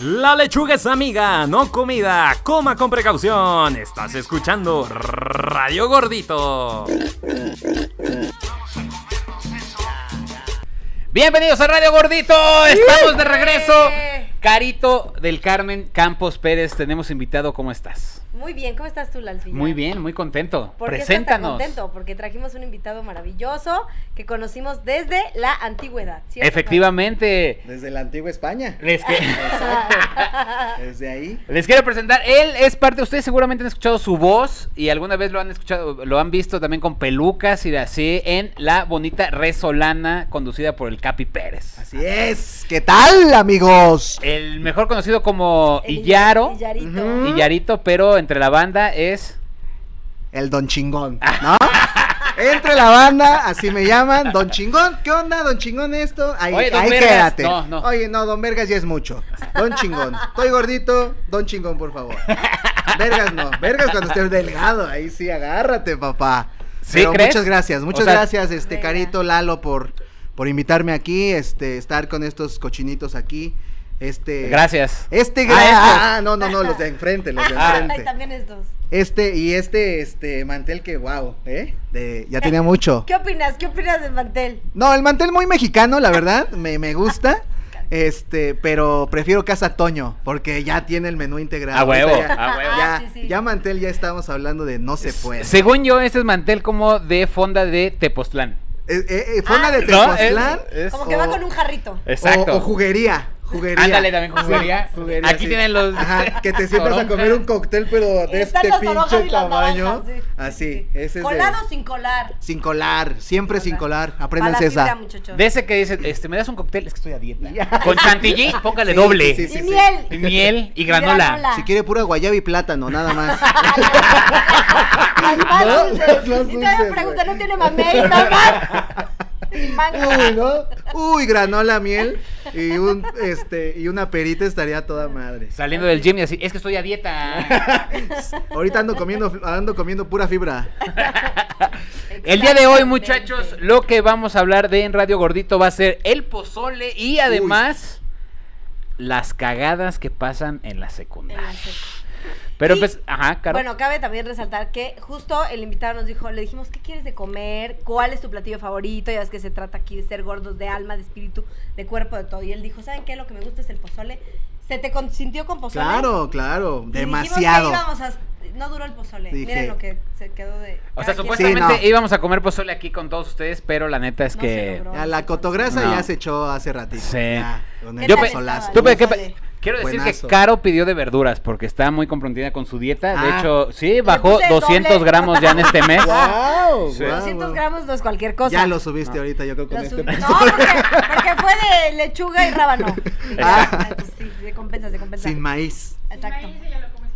La lechuga es amiga, no comida. Coma con precaución. Estás escuchando Radio Gordito. Bienvenidos a Radio Gordito. Estamos de regreso. Carito del Carmen Campos Pérez, tenemos invitado. ¿Cómo estás? Muy bien, ¿cómo estás tú, Lansvilla? Muy bien, muy contento. ¿Por qué estás tan Preséntanos. contento? Porque trajimos un invitado maravilloso que conocimos desde la antigüedad. ¿cierto? Efectivamente. Desde la antigua España. Les, que- Ah. Desde ahí. les quiero presentar. Él es parte, ustedes seguramente han escuchado su voz y alguna vez lo han escuchado, lo han visto también con pelucas y así en la bonita Resolana conducida por el Capi Pérez. Así es. ¿Qué tal, amigos? El mejor conocido como El Illaro, Illarito. Ujú. Illarito, pero entre la banda es El Don Chingón, ¿no? Entre la banda, así me llaman, Don Chingón, ¿qué onda, Don Chingón esto? Ahí, Oye, Don ahí Vergas, quédate. no, no. Oye, no, Don Vergas ya es mucho. Don Chingón, estoy gordito, Don Chingón, por favor. Vergas no, Vergas cuando estés delgado, ahí sí, agárrate, papá. ¿Sí Pero crees? muchas gracias, muchas sea- gracias, este, Venga. Carito, Lalo, por, por invitarme aquí, este, estar con estos cochinitos aquí, este... Gracias. Este, Ah, gra- estos. ah, no, no, no, los de enfrente, los de Ah. Ay, enfrente. también estos. Este, y este, este mantel que wow, ¿eh? De, ya tenía mucho. ¿Qué opinas? ¿Qué opinas del mantel? No, el mantel muy mexicano, la verdad, me, me gusta. Este, pero prefiero Casa Toño, porque ya tiene el menú integrado. A huevo, Ahorita ya, a huevo. ya- Ah, sí, sí. ya mantel, ya estamos hablando de no se puede. Según yo, ese es mantel como de fonda de Tepoztlán. Eh, eh, eh, ¿Fonda Ah, de sí. Tepoztlán? No, es- es- Como que va con un jarrito. Exacto. O, o juguería. Juguería. Ándale, también juguería. Aquí tienen los- Ajá, que te sientas a Toronja. comer un cóctel, pero de Están este las pinche toronjas y las tamaño. naranjas, sí, sí, Así, sí. ese es. de- Colado o sin colar. Sin colar, siempre sin colar. Apréndanse Para la fibra, esa. muchachos. De ese que dice, este, me das un cóctel, es que estoy a dieta. Ya. Con chantilly, póngale Sí, doble. sí, Y miel. Miel y Y granola. granola. Si quiere pura guayaba y plátano, nada más. Ay, más No, dulces. no, no y todavía dulces, pregunta, güey. ¿no tiene mamey? No, Y manga. Uy, ¿no? Uy, granola, miel y un este y una perita estaría a toda madre. Saliendo del gym y así, es que estoy a dieta. Ahorita ando comiendo ando comiendo pura fibra. El día de hoy, Exactamente. muchachos, lo que vamos a hablar de en Radio Gordito va a ser el pozole y además las cagadas que pasan en la En secundaria. la secu. Pero Y- pues, ajá, Caro. Bueno, cabe también resaltar que justo el invitado nos dijo, le dijimos, ¿qué quieres de comer? ¿Cuál es tu platillo favorito? Ya ves que se trata aquí de ser gordos de alma, de espíritu, de cuerpo, de todo. Y él dijo, ¿saben qué? Lo que me gusta es el pozole. ¿Se te consintió con pozole? Claro, claro, Y demasiado. dijimos que íbamos a- No duró el pozole. Dije- Miren lo que se quedó de... o cada sea, quien. supuestamente Sí, no. íbamos a comer pozole aquí con todos ustedes, pero la neta es No se que... logró. Ya, la cotograsa No. ya se echó hace ratito. Sí. Ya, con el Yo pe- solazo. Tú, pero, ¿qué Híjole. pe- Quiero decir Buenazo. que Caro pidió de verduras porque está muy comprometida con su dieta. De Ah. hecho, sí, bajó puse el 200 doble. gramos ya en este mes. Guau, Sí. guau, 200 guau. gramos no es cualquier cosa. Ya lo subiste ahorita, yo creo con Lo este sub- episodio. No, porque, porque fue de lechuga y rábano. Y ya, Ah. entonces sí, se compensa, se compensa. sin maíz. Exacto.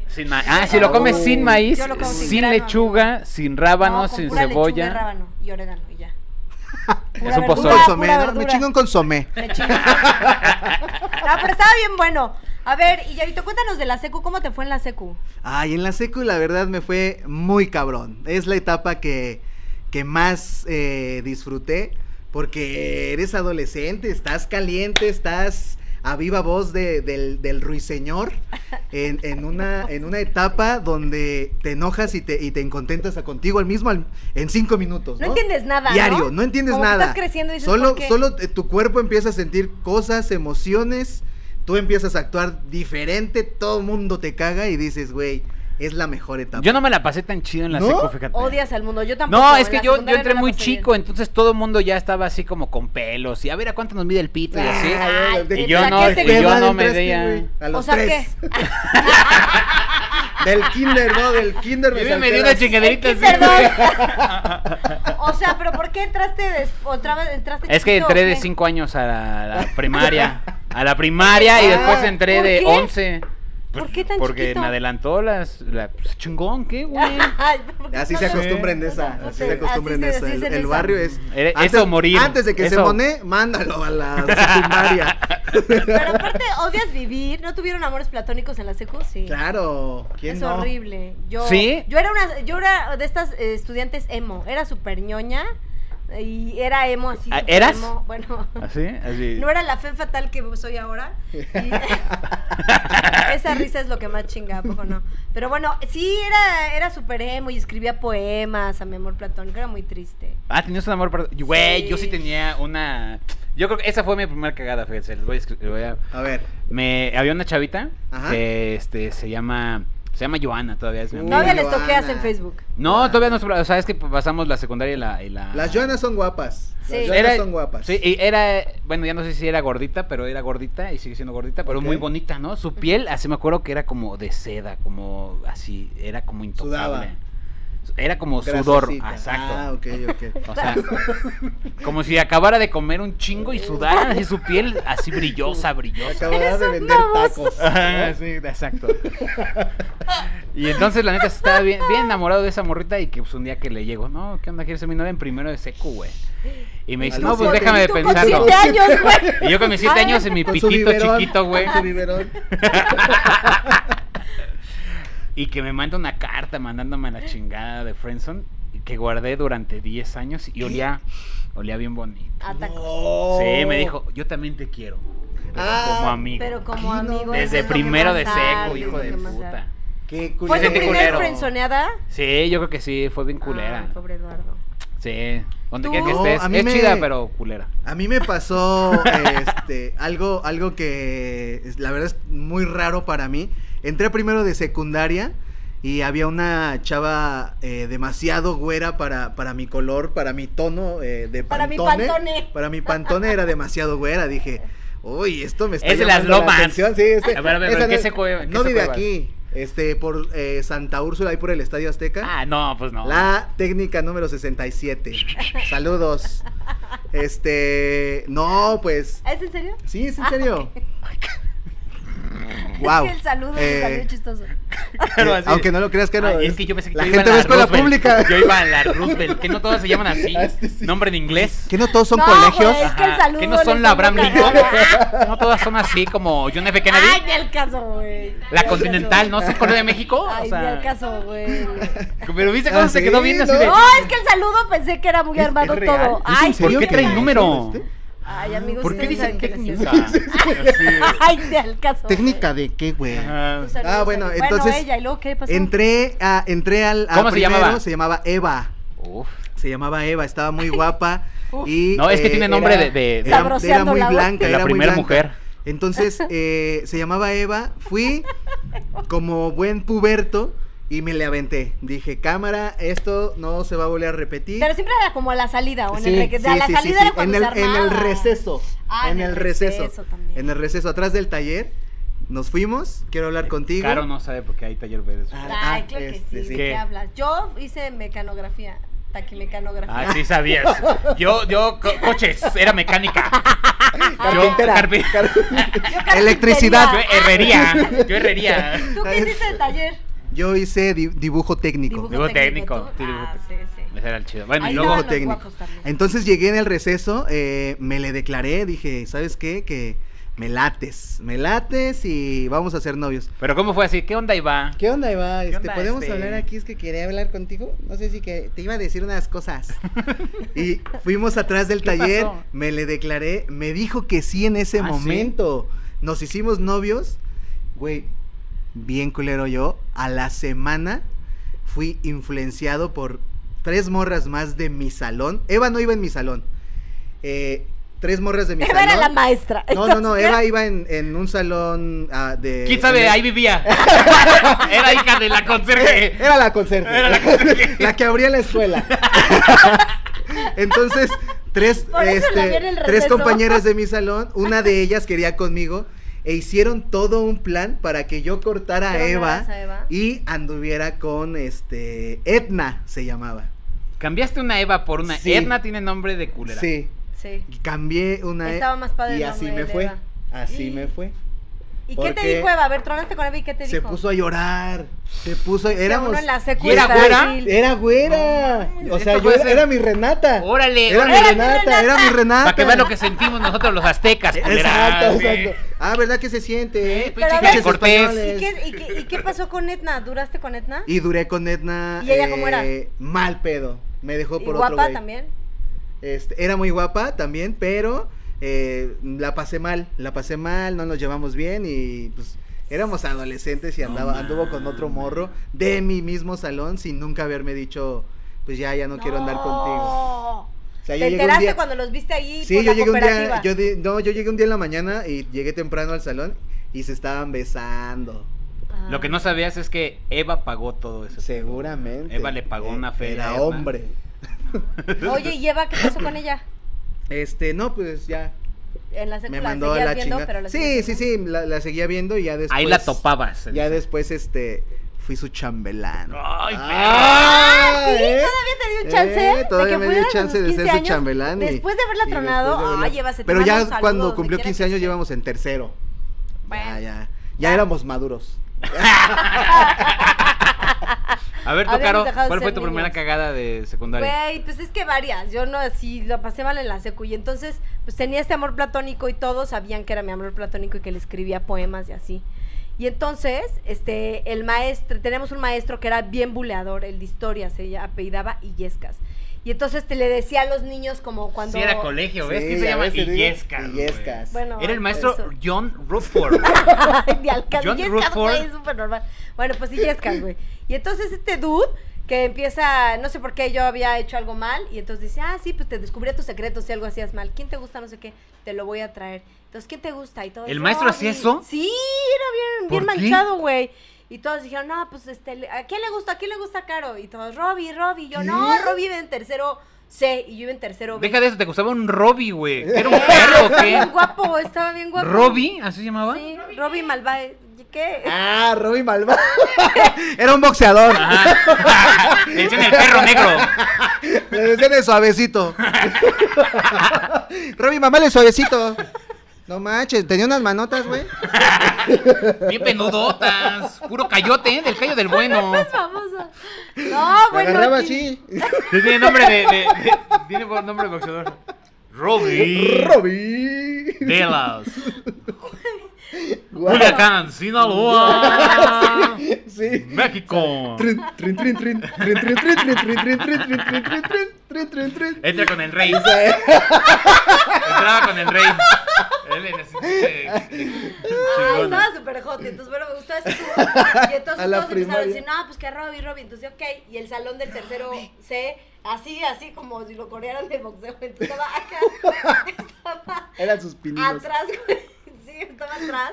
Sin ma- ah, si lo comes Oh. sin maíz, Yo lo como sin sin grano, lechuga, sin rábano, No, con sin pura lechuga y cebolla. rábano y orégano y ya. Es un verdura, Un pozole. pura consomé, ¿no? Me verdura. chingo un consomé. Me chingo. no, pero estaba bien bueno. A ver, y Yarito, cuéntanos de la secu, ¿cómo te fue en la secu? Ay, en la secu la verdad me fue muy cabrón. Es la etapa que, que más eh, disfruté porque eres adolescente, estás caliente, estás a viva voz de- del, del ruiseñor en, en una, en una etapa donde te enojas y te, y te contentas a contigo al mismo al- en cinco minutos. No No, entiendes nada, ¿no? Diario, no, entiendes Como que nada. estás creciendo y dices, solo, ¿por qué? solo eh, tu cuerpo empieza a sentir cosas, emociones tú empiezas a actuar diferente, todo el mundo te caga y dices, güey, es la mejor etapa. Yo no me la pasé tan chido en la ¿No? seco, fíjate. Odias al mundo, yo tampoco. no, en es que la yo, yo secundaria entré no la muy pasé chico, bien. entonces todo el mundo ya estaba así como con pelos y a ver a cuánto nos mide el pito y así. Ay, Y Y o yo sea, no, ¿qué y yo Verdad, no me entraste, veía. güey, A los O sea, ¿qué? tres. Del kinder, ¿no? Del kinder me, Y me salté dio las- una chingaderita El así. kinder güey. O sea, pero ¿por qué entraste, des- o entraba- entraste Es que chiquito, entré o de qué? 5 años a la, la primaria. A la primaria y Ah, después entré ¿por de qué? 11. ¿Por Pues, qué tan Porque chiquito? me adelantó las. La, pues, chingón, ¿qué, güey? Ay, ¿por qué Así no se te- acostumbra en no te- esa, no así te- se acostumbra en así se- esa. así El, se el les- barrio es... Era- eso morir, Antes de que se eso. mone, mándalo a la secundaria. Pero aparte, odias vivir. ¿No tuvieron amores platónicos en la secu? Sí. claro, ¿quién es no? horrible. Yo, ¿Sí? Yo era una, yo era de estas eh, estudiantes emo. Era súper ñoña, Y era emo así. ¿Ah, súper eras? emo, Bueno. Ah, ¿Así? Así. No era la fe fatal que soy ahora. Y- esa risa es lo que más chinga, ¿a poco no? Pero bueno, sí, era, era súper emo y escribía poemas a mi amor platónico. Era muy triste. Ah, tenías un amor para... Güey, yo sí Sí. tenía una... Yo creo que esa fue mi primera cagada, fíjense. Les voy a... escri- les voy a- A ver. Me... Había una chavita Ajá. que este, se llama... Se llama Joana todavía. Es mi Uh. amiga. Todavía Joana. les toqueas en Facebook. No, todavía no. O sea, es que pasamos la secundaria y la... y la- Las Joanas son guapas. Sí. Las Joanas Era, son guapas. Sí, y era, bueno, ya no sé si era gordita, pero era gordita y sigue siendo gordita, pero Ok. muy bonita, ¿no? Su piel, así me acuerdo que era como de seda, como así, era como Sudaba. intocable. Era como sudor, Grasosita. exacto. Ah, ok, ok. O sea, como si acabara de comer un chingo y sudara así su piel así brillosa, brillosa. Acababa de vender tacos. Ah, ¿Eh? Ajá, sí, exacto. Y entonces la neta estaba bien, bien enamorado de esa morrita y que pues un día que le llego, no, ¿qué onda? ¿Quieres ser mi novia en primero de secu, güey? Y me dice, A no, los pues siete. déjame de Tú con pensarlo. siete años, güey. Y yo con mis siete Ay. años en mi Con su pitito biberón, chiquito, güey. Con su biberón. Y que me manda una carta mandándome a la chingada de Friendson que guardé durante 10 años y olía, olía bien bonito. Ataco. No. Sí, me dijo, yo también te quiero. Pero Ah, como amigo. Pero como Aquí no. amigo. eso Desde es lo que primero más de da, seco, es hijo lo de que más da. puta. Qué ¿Fue tu Gente primer culero. frenzoneada? Sí, yo creo que sí, fue bien culera. Ay, pobre Eduardo. Sí, donde Tú- quiera que Ah, No, estés. a mí es me- chida, pero culera. A mí me pasó este, algo, algo que es- la verdad es muy raro para mí. Entré primero de secundaria y había una chava eh, demasiado güera para, para mi color, para mi tono eh, de Para mi pantone. Pantone. Para mi pantone era demasiado güera. Dije, uy, esto me está Es de las llamando la Lomas. atención". Sí, este- A ver, a ver, esa ¿en qué no- secu- en qué No vive secu ibas? aquí. Este, por eh, Santa Úrsula, ahí por el Estadio Azteca. Ah, no, pues no. La técnica número 67. Saludos. Este, no, pues, ¿Es en serio? sí, es en serio. Guau. Wow. Es que el saludo es Eh, un saludo chistoso. Claro, así. aunque no lo creas que no. Ay, es que yo pensé que la yo gente iba ve a escuela Roosevelt. pública. Yo iba a la Roosevelt, que no todas se llaman así. Ah, este sí. Nombre en inglés. ¿Que no todos son No, colegios? güey. Es que el Ajá, saludo no son les la da Abraham una Lincoln. cagada. No todas son así como John F. Kennedy. Ay, ni al caso, güey. la Continental, ¿no? ¿Son color de México? O Ay, ni sea, al caso, güey. Pero viste cómo Ah, se sí, quedó bien así ¿no? de. No, es que el saludo pensé que era muy ¿Es- armado es real? todo. ¿Es Ay, en ¿Por serio qué que trae traes número? este? Ay, amigos, ¿Por qué ustedes dicen saben que les técnica? siento. Así. Ay, ni al caso. güey. ¿Técnica de qué, güey? Pues Ajá. Tus saludos, Ah, bueno, saludos. entonces, ella, ¿y luego qué pasó? Entré, a, entré al. a ¿Cómo se primero, llamaba? Se llamaba Eva. Uf. Se llamaba Eva, estaba muy guapa. Uf. y, No, es que eh, tiene nombre era- de- de- de- era- era, Sabroseando muy la blanca, De la era muy primera blanca. mujer. Entonces, eh, se llamaba Eva, fui como buen puberto y me le aventé. Dije, cámara, esto no se va a volver a repetir. Pero siempre era como a la salida, o en Sí, el recreo. a sí, la sí, sí, salida sí. era cuando en se el, en el armaba. receso. Ah, en el receso. también. En el receso, atrás del taller. Nos fuimos, quiero hablar contigo. Eh, Caro no sabe porque hay taller verde. Ah, Ay, claro que sí. este, ¿De sí. qué ¿Qué? hablas? Yo hice mecanografía, taquimecanografía. Ah, sí sabías. Yo, yo, co- coches, era mecánica. Carpintera. carpi- Car- Yo carpintería. Electricidad. Yo eh, herrería. Yo herrería. ¿Tú qué hiciste de taller? Yo hice di- dibujo técnico. Dibujo técnico, ¿tú? dibujo Ah, sí, sí. Ese era el chido. Bueno, Ahí y luego. dibujo estaban los técnico. guapos también. Entonces llegué en el receso, eh, me le declaré, dije, ¿sabes qué? Que me lates, me lates y vamos a ser novios. Pero ¿cómo fue así? ¿Qué onda iba? ¿Qué onda, Eva? ¿Qué Este, onda, ¿Podemos este? hablar aquí? Es que quería hablar contigo. No sé si que te iba a decir unas cosas. y fuimos atrás del ¿Qué taller, pasó? me le declaré, me dijo que sí en ese ¿Ah, sí? momento. Nos hicimos novios. Güey, bien culero yo. A la semana fui influenciado por tres morras más de mi salón. Eva no iba en mi salón. Eh, tres morras de mi Eva salón. era la maestra. no, no, no, Entonces, Eva iba en, en un salón ah, de... ¿Quién sabe? en- Ahí vivía. Era hija de la conserje. Era la conserje. Era la conserje. La que abría la escuela. Entonces, tres, Por eso la vi en este, el tres receso. compañeras de mi salón, una de ellas quería conmigo, e hicieron todo un plan para que yo cortara a ¿Pero no Eva, eras a Eva? y anduviera con este Etna, se llamaba. Cambiaste una Eva por una. Sí. Edna tiene nombre de culera. Sí. Sí. y Cambié una E- Estaba más padre el Y así nombre me de fue. Eva. Así me fue. ¿Y qué Porque te dijo Eva? A ver, tronaste con Eva y ¿qué te Se dijo? puso a llorar. Se puso. Éramos. uno en la secu ¿Y era está güera? difícil. Era güera. mames, o esto sea, yo puede era, ser- era mi Renata. Eh, Órale, Era mi órale. Renata, era mi Renata. Para que vean lo que sentimos nosotros los aztecas, culera. Exacto, Sí. exacto. Ah, ¿verdad que se siente? Sí, eh? pinche Pero a hija de ver, Cortés. ¿Y qué, y, qué, ¿Y qué pasó con Etna? ¿Duraste con Etna? Y duré con Etna. ¿Y ella cómo era? Mal pedo. Me dejó ¿Y por otro guapa güey. también? Este, era muy guapa también, pero eh, la pasé mal, la pasé mal, no nos llevamos bien y pues éramos adolescentes y No andaba, anduvo con otro mames. morro de mi mismo salón sin nunca haberme dicho, pues ya, ya no, quiero andar contigo. O sea, yo ¿Te llegué un enteraste día- cuando los viste ahí? Sí, por yo la llegué un día, cooperativa? yo di- no, yo llegué un día en la mañana y llegué temprano al salón y se estaban besando. Ah. Lo que no sabías es que Eva pagó todo eso. Seguramente. Eh, Eva le pagó una feria a Era Edna. hombre. Oye, ¿y Eva qué pasó con ella? Este, no, pues ya. En la secu Me la mandó a seguías la viendo, pero chingada. la Sí, seguías sí, viendo. sí, la, la seguía viendo y ya después. Ahí la topabas. el- Ya después, este, fui su chambelán. Ay, Ah, Sí, ¿eh? todavía te dio un chance. Eh, de que todavía me dio fueras a chance sus de ser 15 su años, chambelán. y- Después de haberla y después tronado, de haberla- ay, Eva, se te Pero manda ya un saludo cuando donde cumplió quiera que 15 años esté. llevamos en tercero. Ya, Bueno. ya. Ya éramos maduros. A ver, tú, Habíamos Caro, dejado de ¿cuál fue ser tu primera niños. cagada de secundaria? Güey, pues es que varias. Yo no, así la pasé mal en la secu. Y entonces, pues tenía este amor platónico y todos sabían que era mi amor platónico y que le escribía poemas y así. Y entonces, este, el maestro, tenemos un maestro que era bien buleador, el de historia, se llama- apellidaba Illescas. Y entonces te le decía a los niños como cuando... Sí, era colegio, ¿ves? Sí, que se a llama veces digo, Illescas. güey. Illescas. Bueno, Era el maestro eso. John Rutherford. Ay, de alcalde. John Y es Rutherford. güey, súper normal. Bueno, pues sí, Yescas, güey. Y entonces este dude que empieza, no sé por qué yo había hecho algo mal, y entonces dice, ah, sí, pues te descubrí tus secretos si algo hacías mal. ¿Quién te gusta? No sé qué, te lo voy a traer. Entonces, ¿quién te gusta? Y todo. ¿El "Yo, maestro hacía mi-". eso? Sí, era bien, bien ¿Por qué? manchado, güey. Y todos dijeron, no, pues este, le- ¿a quién le gusta? ¿A quién le gusta Caro? Y todos, Robbie, Robbie. Y Yo, no, Robbie vive en tercero C y yo iba en tercero B. Deja de eso, te gustaba un Robbie, güey. ¿Era un perro o Estaba bien qué? guapo, estaba bien guapo. ¿Robbie? ¿Así se llamaba? Sí, Robbie Malvae. ¿Qué? Ah, Robbie Malva. Era un boxeador. Ajá. Le decían el perro negro. Le decían el suavecito. Robbie, mamá, el suavecito. No manches, tenía unas manotas, güey. Bien penudotas. Puro cayote, ¿eh? Del callo del bueno. famoso. No, Me bueno. agarraba y- así. Tiene nombre de. de- de- tiene por nombre de boxeador. Robbie. Robbie. De las Guau. Culiacán, Sinaloa, Sí. México. Trin, trin, trin, trin, trin, trin, trin, trin, trin, trin, trin, trin, trin, trin, trin, trin, trin, trin. Entra con el rey. Eh, Entraba con el rey. Él en ese- eh, Ay, chingón. estaba súper hot, entonces bueno, me gustó ese tubo. Y entonces A la todos empezaron a primaria. decir, no, pues que Robbie, Robbie. Entonces, ok, y el salón del tercero C, así, así como si lo corrieran de boxeo. Entonces estaba acá, estaba Eran sus pininos. atrás, güey. Sí, estaba atrás.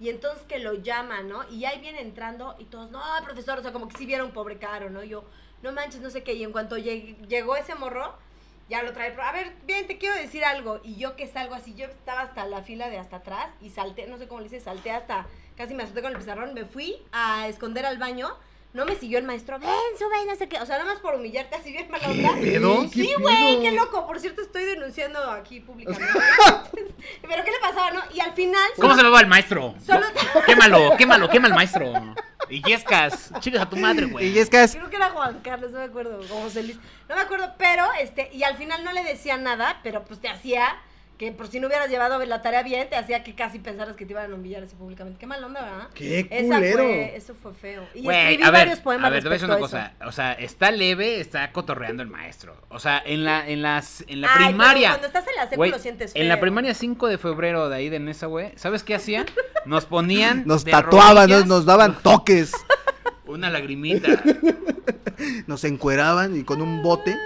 Y entonces que lo llama, ¿no? Y ahí viene entrando y todos, no, profesor, o sea, como que sí vieron pobre caro, ¿no? Y Yo, no manches, no sé qué. Y en cuanto llegue- llegó ese morro, ya lo trae. A ver, bien, te quiero decir algo. Y yo que salgo así, yo estaba hasta la fila de hasta atrás y salté, no sé cómo le hice, salté hasta, casi me asusté con el pizarrón, me fui a esconder al baño. No me siguió el maestro, ven, sube, no sé qué. O sea, nada más por humillarte así bien mala onda. pedo? ¿Qué Sí, güey, pedo? qué loco. Por cierto, estoy denunciando aquí públicamente. Pero ¿qué le pasaba, no? Y al final... ¿Cómo se llamaba el maestro? Solo- Quémalo, quémalo, quema al maestro. Y yescas, chicas a tu madre, güey. Y es que es- Creo que era Juan Carlos, no me acuerdo, o José Luis, no me acuerdo, pero, este, y al final no le decía nada, pero pues te hacía que por si no hubieras llevado la tarea bien, te hacía que casi pensaras que te iban a humillar así públicamente. Qué mal onda, ¿verdad? Qué Esa fue- culero. eso fue feo. Y Güey, escribí a ver, varios poemas A ver, te voy a decir una respecto a cosa. O sea, está leve, está cotorreando el maestro. O sea, en la, en las, en la Ay, pero primaria. cuando estás en la secu güey, lo sientes En la feo. primaria 5 de febrero de ahí de en esa, güey. ¿Sabes qué hacían? Nos ponían. Nos de tatuaban, nos, rodillas nos daban toques, Una lagrimita. nos encueraban y con un bote.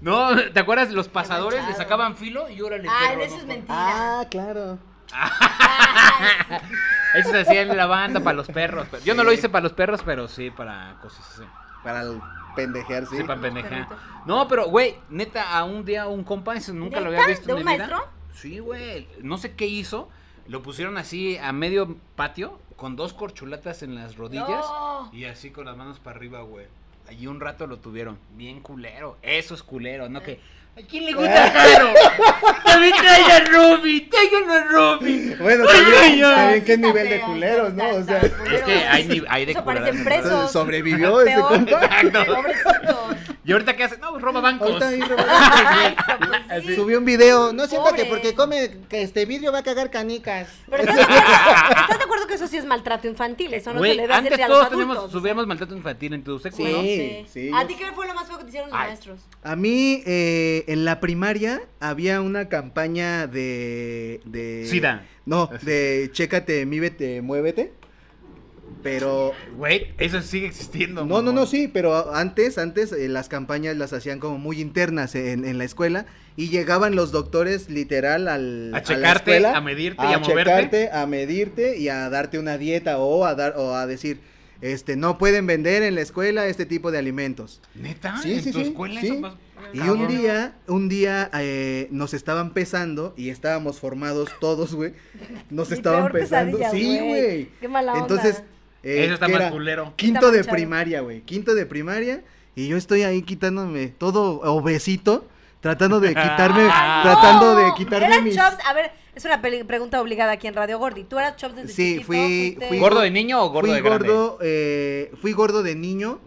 No, ¿te acuerdas? Los pasadores le manchado. sacaban filo y órale. eso. Ay, perro, no, eso no, es güey. mentira. claro. Ah. Ay, sí. Eso se hacía en la banda para los perros. pero- Yo no lo hice para los perros, pero sí para cosas así. Para el pendejear, sí. Sí, para Los pendejar. perritos. No, pero, güey, neta, a un día un compa, ese nunca lo había ¿Neta? visto ¿De en un mi vida. maestro? Sí, güey. No sé qué hizo. Lo pusieron así a medio patio, con dos corchulatas en las rodillas No. y así con las manos para arriba, güey. Allí un rato lo tuvieron. Bien culero. Eso es culero, ¿no? Que. ¿A quién le gusta el Jaro? También trae a Ruby, tráiganlo a Ruby. Bueno, Ay, también, ay, ay. también qué Está nivel de feo, culeros, ¿no? O está- sea, está culero. Es que hay, ni- hay de Eso culeras parecen en presos. sobrevivió ese Peor. pues, compa. Exacto. Pobrecitos. ¿Y ahorita qué hace? No, pues roba bancos. Ahorita ahí Roberto Ay, pero pues sí. Subió un video. No siéntate Pobre. porque come que este vidrio va a cagar canicas. Pero ¿estás de, acuerdo, ¿estás de acuerdo que eso sí es maltrato infantil? Eso no Güey, se le debe hacer antes ya a los todos adultos. teníamos, subíamos maltrato infantil en tu sexo, Sí. ¿no? sí, ¿A yo ti qué fue lo más feo que te hicieron los Ay. maestros? A mí eh, en la primaria había una campaña de, de Sida. No, de chécate, mívete, muévete. Pero Güey, eso sigue existiendo. no, no, mamón. no, sí, pero antes, antes eh, las campañas las hacían como muy internas en, en la escuela y llegaban los doctores literal al, A la checarte, escuela, a medirte y a moverte. checarte, a medirte y a darte una dieta o a dar o a decir, este, no pueden vender en la escuela este tipo de alimentos. ¿Neta? Sí, ¿En sí, tu sí, escuela sí. eso más- Y Cabrón. un día, un día eh, nos estaban pesando y estábamos formados todos, güey. Nos Mi Pues estaban peor pesando. pesadilla, Sí, güey. güey. Qué mala onda. Entonces, eh, Eso está ¿qué más era? culero. Quinto de manchado. primaria, güey. Quinto de primaria. Y yo estoy ahí quitándome todo obesito. Tratando de quitarme, Ah, tratando de No, quitarme ¿Eras mis... Chops? A ver, es una peli- pregunta obligada aquí en Radio Gordi. ¿Tú eras Chops desde Sí, chiquito? fui- Fuiste- fui ¿Gordo de niño o gordo fui de grande? gordo, eh, fui gordo de niño.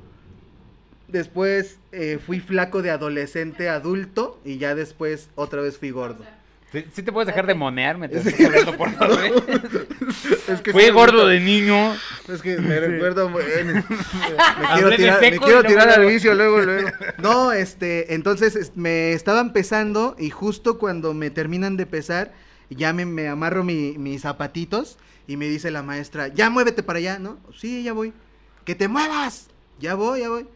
Después eh, fui flaco de adolescente a adulto. Y ya después otra vez fui gordo. Sí, sí te puedes dejar de monear mientras estás hablando por favor. Es que Fui sí, gordo de niño. Es que me recuerdo muy bien. Me Hablé quiero de tirar, me seco y quiero luego, tirar al luego. vicio luego, luego. No, este, entonces es- me estaban pesando y justo cuando me terminan de pesar, ya me, me amarro mi- mis zapatitos y me dice la maestra, ya muévete para allá, ¿no? Sí, ya voy. Que te muevas. Ya voy, ya voy.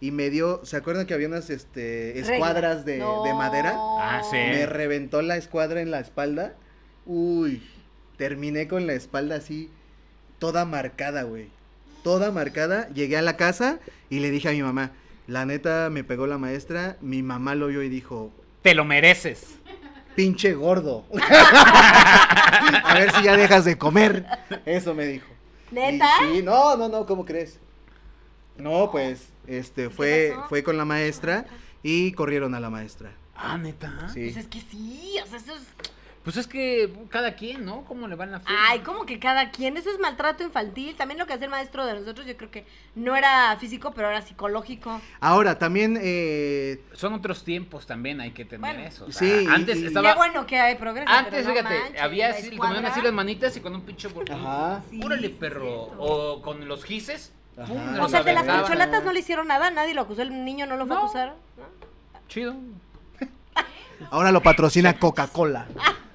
Y me dio, ¿se acuerdan que había unas este, Regla. escuadras de, No. de madera? Ah, sí. Me reventó la escuadra en la espalda. Uy, terminé con la espalda así, toda marcada, güey. Toda marcada. Llegué a la casa y le dije a mi mamá, la neta me pegó la maestra. Mi mamá lo vio y dijo, Te lo mereces. pinche gordo. a ver si ya dejas de comer. Eso me dijo. Y ¿Neta? sí, no, no, no, ¿cómo crees? No, pues, este, fue, pasó? fue con la maestra y corrieron a la maestra. Ah, neta. Sí. Pues es que sí, o sea, eso es... Pues es que cada quien, ¿no? ¿Cómo le van a hacer? Ay, como que cada quien, eso es maltrato infantil. También lo que hace el maestro de nosotros, yo creo que no era físico, pero era psicológico. Ahora, también eh, Son otros tiempos también, hay que tener Bueno. eso. o sea, Sí, antes y- estaba. Qué bueno que hay progreso. Antes, pero no fíjate, manches, había la así, le ponían así escuadra. las manitas y con un pinche bol- Ajá. Sí, Órale, sí, perro. cierto. O con los gises. Ajá. pum, O O nos sea, el de las aventaban. concholas- corcholatas no le hicieron nada, nadie lo acusó, el niño no lo fue a No. acusar. ¿no? Chido. Ahora lo patrocina Coca-Cola.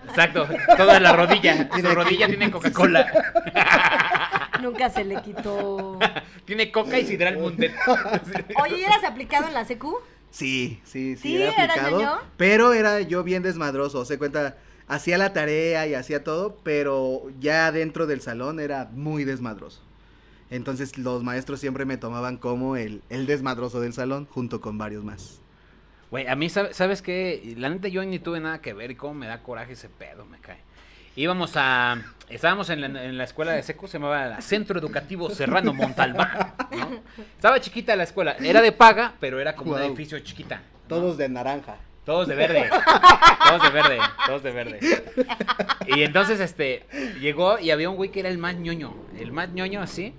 Exacto. Toda la rodilla. Su Tiene- rodilla tiene Coca-Cola. Nunca se le quitó. Tiene coca y sidral mundet. Oye, ¿y eras aplicado en la CQ? Sí, sí, sí, ¿Sí? era ¿Era aplicado. ñoño? pero era yo bien desmadroso, se cuenta, hacía la tarea y hacía todo, pero ya dentro del salón era muy desmadroso. Entonces los maestros siempre me tomaban como el, el desmadroso del salón junto con varios más. Güey, a mí, ¿sabe- ¿sabes qué? La neta, yo ni tuve nada que ver y cómo me da coraje ese pedo, me cae. Íbamos a. Estábamos en la, en la escuela de seco, se llamaba la Centro Educativo Serrano Montalbán. ¿no? Estaba chiquita la escuela. Era de paga, pero era como un Guau. edificio chiquita. ¿no? Todos de naranja. Todos de verde. Todos de verde. Todos de verde. Y entonces, este, llegó y había un güey que era el más ñoño. El más ñoño, así.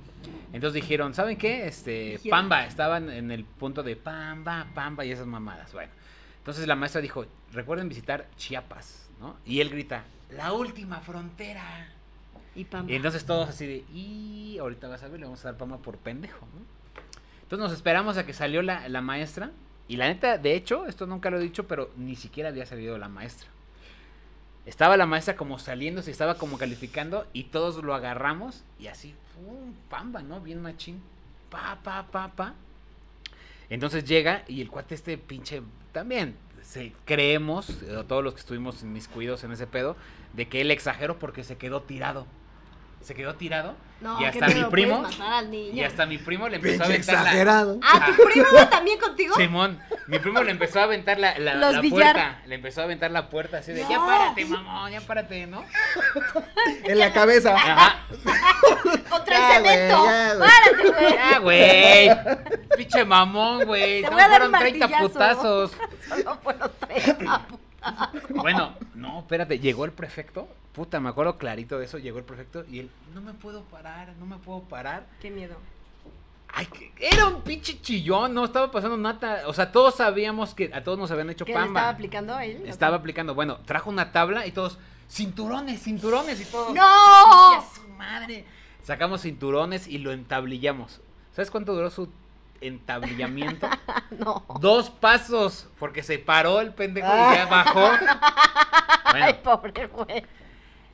Entonces dijeron, ¿saben qué? Este, Dijeron. Pamba. Estaban en el punto de Pamba, Pamba y esas mamadas. Bueno. Entonces la maestra dijo, recuerden visitar Chiapas, ¿no? Y él grita, la última frontera. Y pam. Y entonces todos así de, y ahorita vas a ver, le vamos a dar pama por pendejo, ¿no? Entonces nos esperamos a que salió la, la maestra. Y la neta, de hecho, esto nunca lo he dicho, pero ni siquiera había salido la maestra. Estaba la maestra como saliendo, se estaba como calificando y todos lo agarramos y así, pum, pamba, ¿no? Bien machín. Pa, pa, pa, pa. Entonces llega y el cuate este pinche también. Se, creemos, eh, todos los que estuvimos inmiscuidos en ese pedo, de que él exageró porque se quedó tirado. Se quedó tirado. No, y que hasta no mi lo primo. puedes matar al niño. Y hasta mi primo le empezó a Pinche aventar la- exagerado. Ah, ¿tu primo iba también contigo? Simón, mi primo le empezó a aventar la, la- Los la billar. puerta. Le empezó a aventar la puerta así de, ya No. párate, mamón, ya párate, ¿no? En la cabeza. Ah, Ajá. Contra Ya, el ah, cemento. güey, ya, güey. Párate, güey. Ya, güey. Pinche mamón, güey. Te No voy a dar un fueron 30 martillazo. putazos. Solo fueron tres. papu. Bueno, no, espérate, llegó el prefecto. Puta, me acuerdo clarito de eso. Llegó el prefecto y él, no me puedo parar, no me puedo parar. Qué miedo. Ay, que- era un pinche chillón, no estaba pasando nada. O sea, todos sabíamos que a todos nos habían hecho ¿Qué le estaba pamba. aplicando a él? Estaba aplicando. Bueno, trajo una tabla y todos, cinturones, cinturones y ¡No! todos. ¡Chingue a su madre! Sacamos cinturones y lo entablillamos. ¿Sabes cuánto duró su entablillamiento? No. Dos pasos, porque se paró el pendejo y ya bajó. Ah. Ay, Bueno, pobre güey.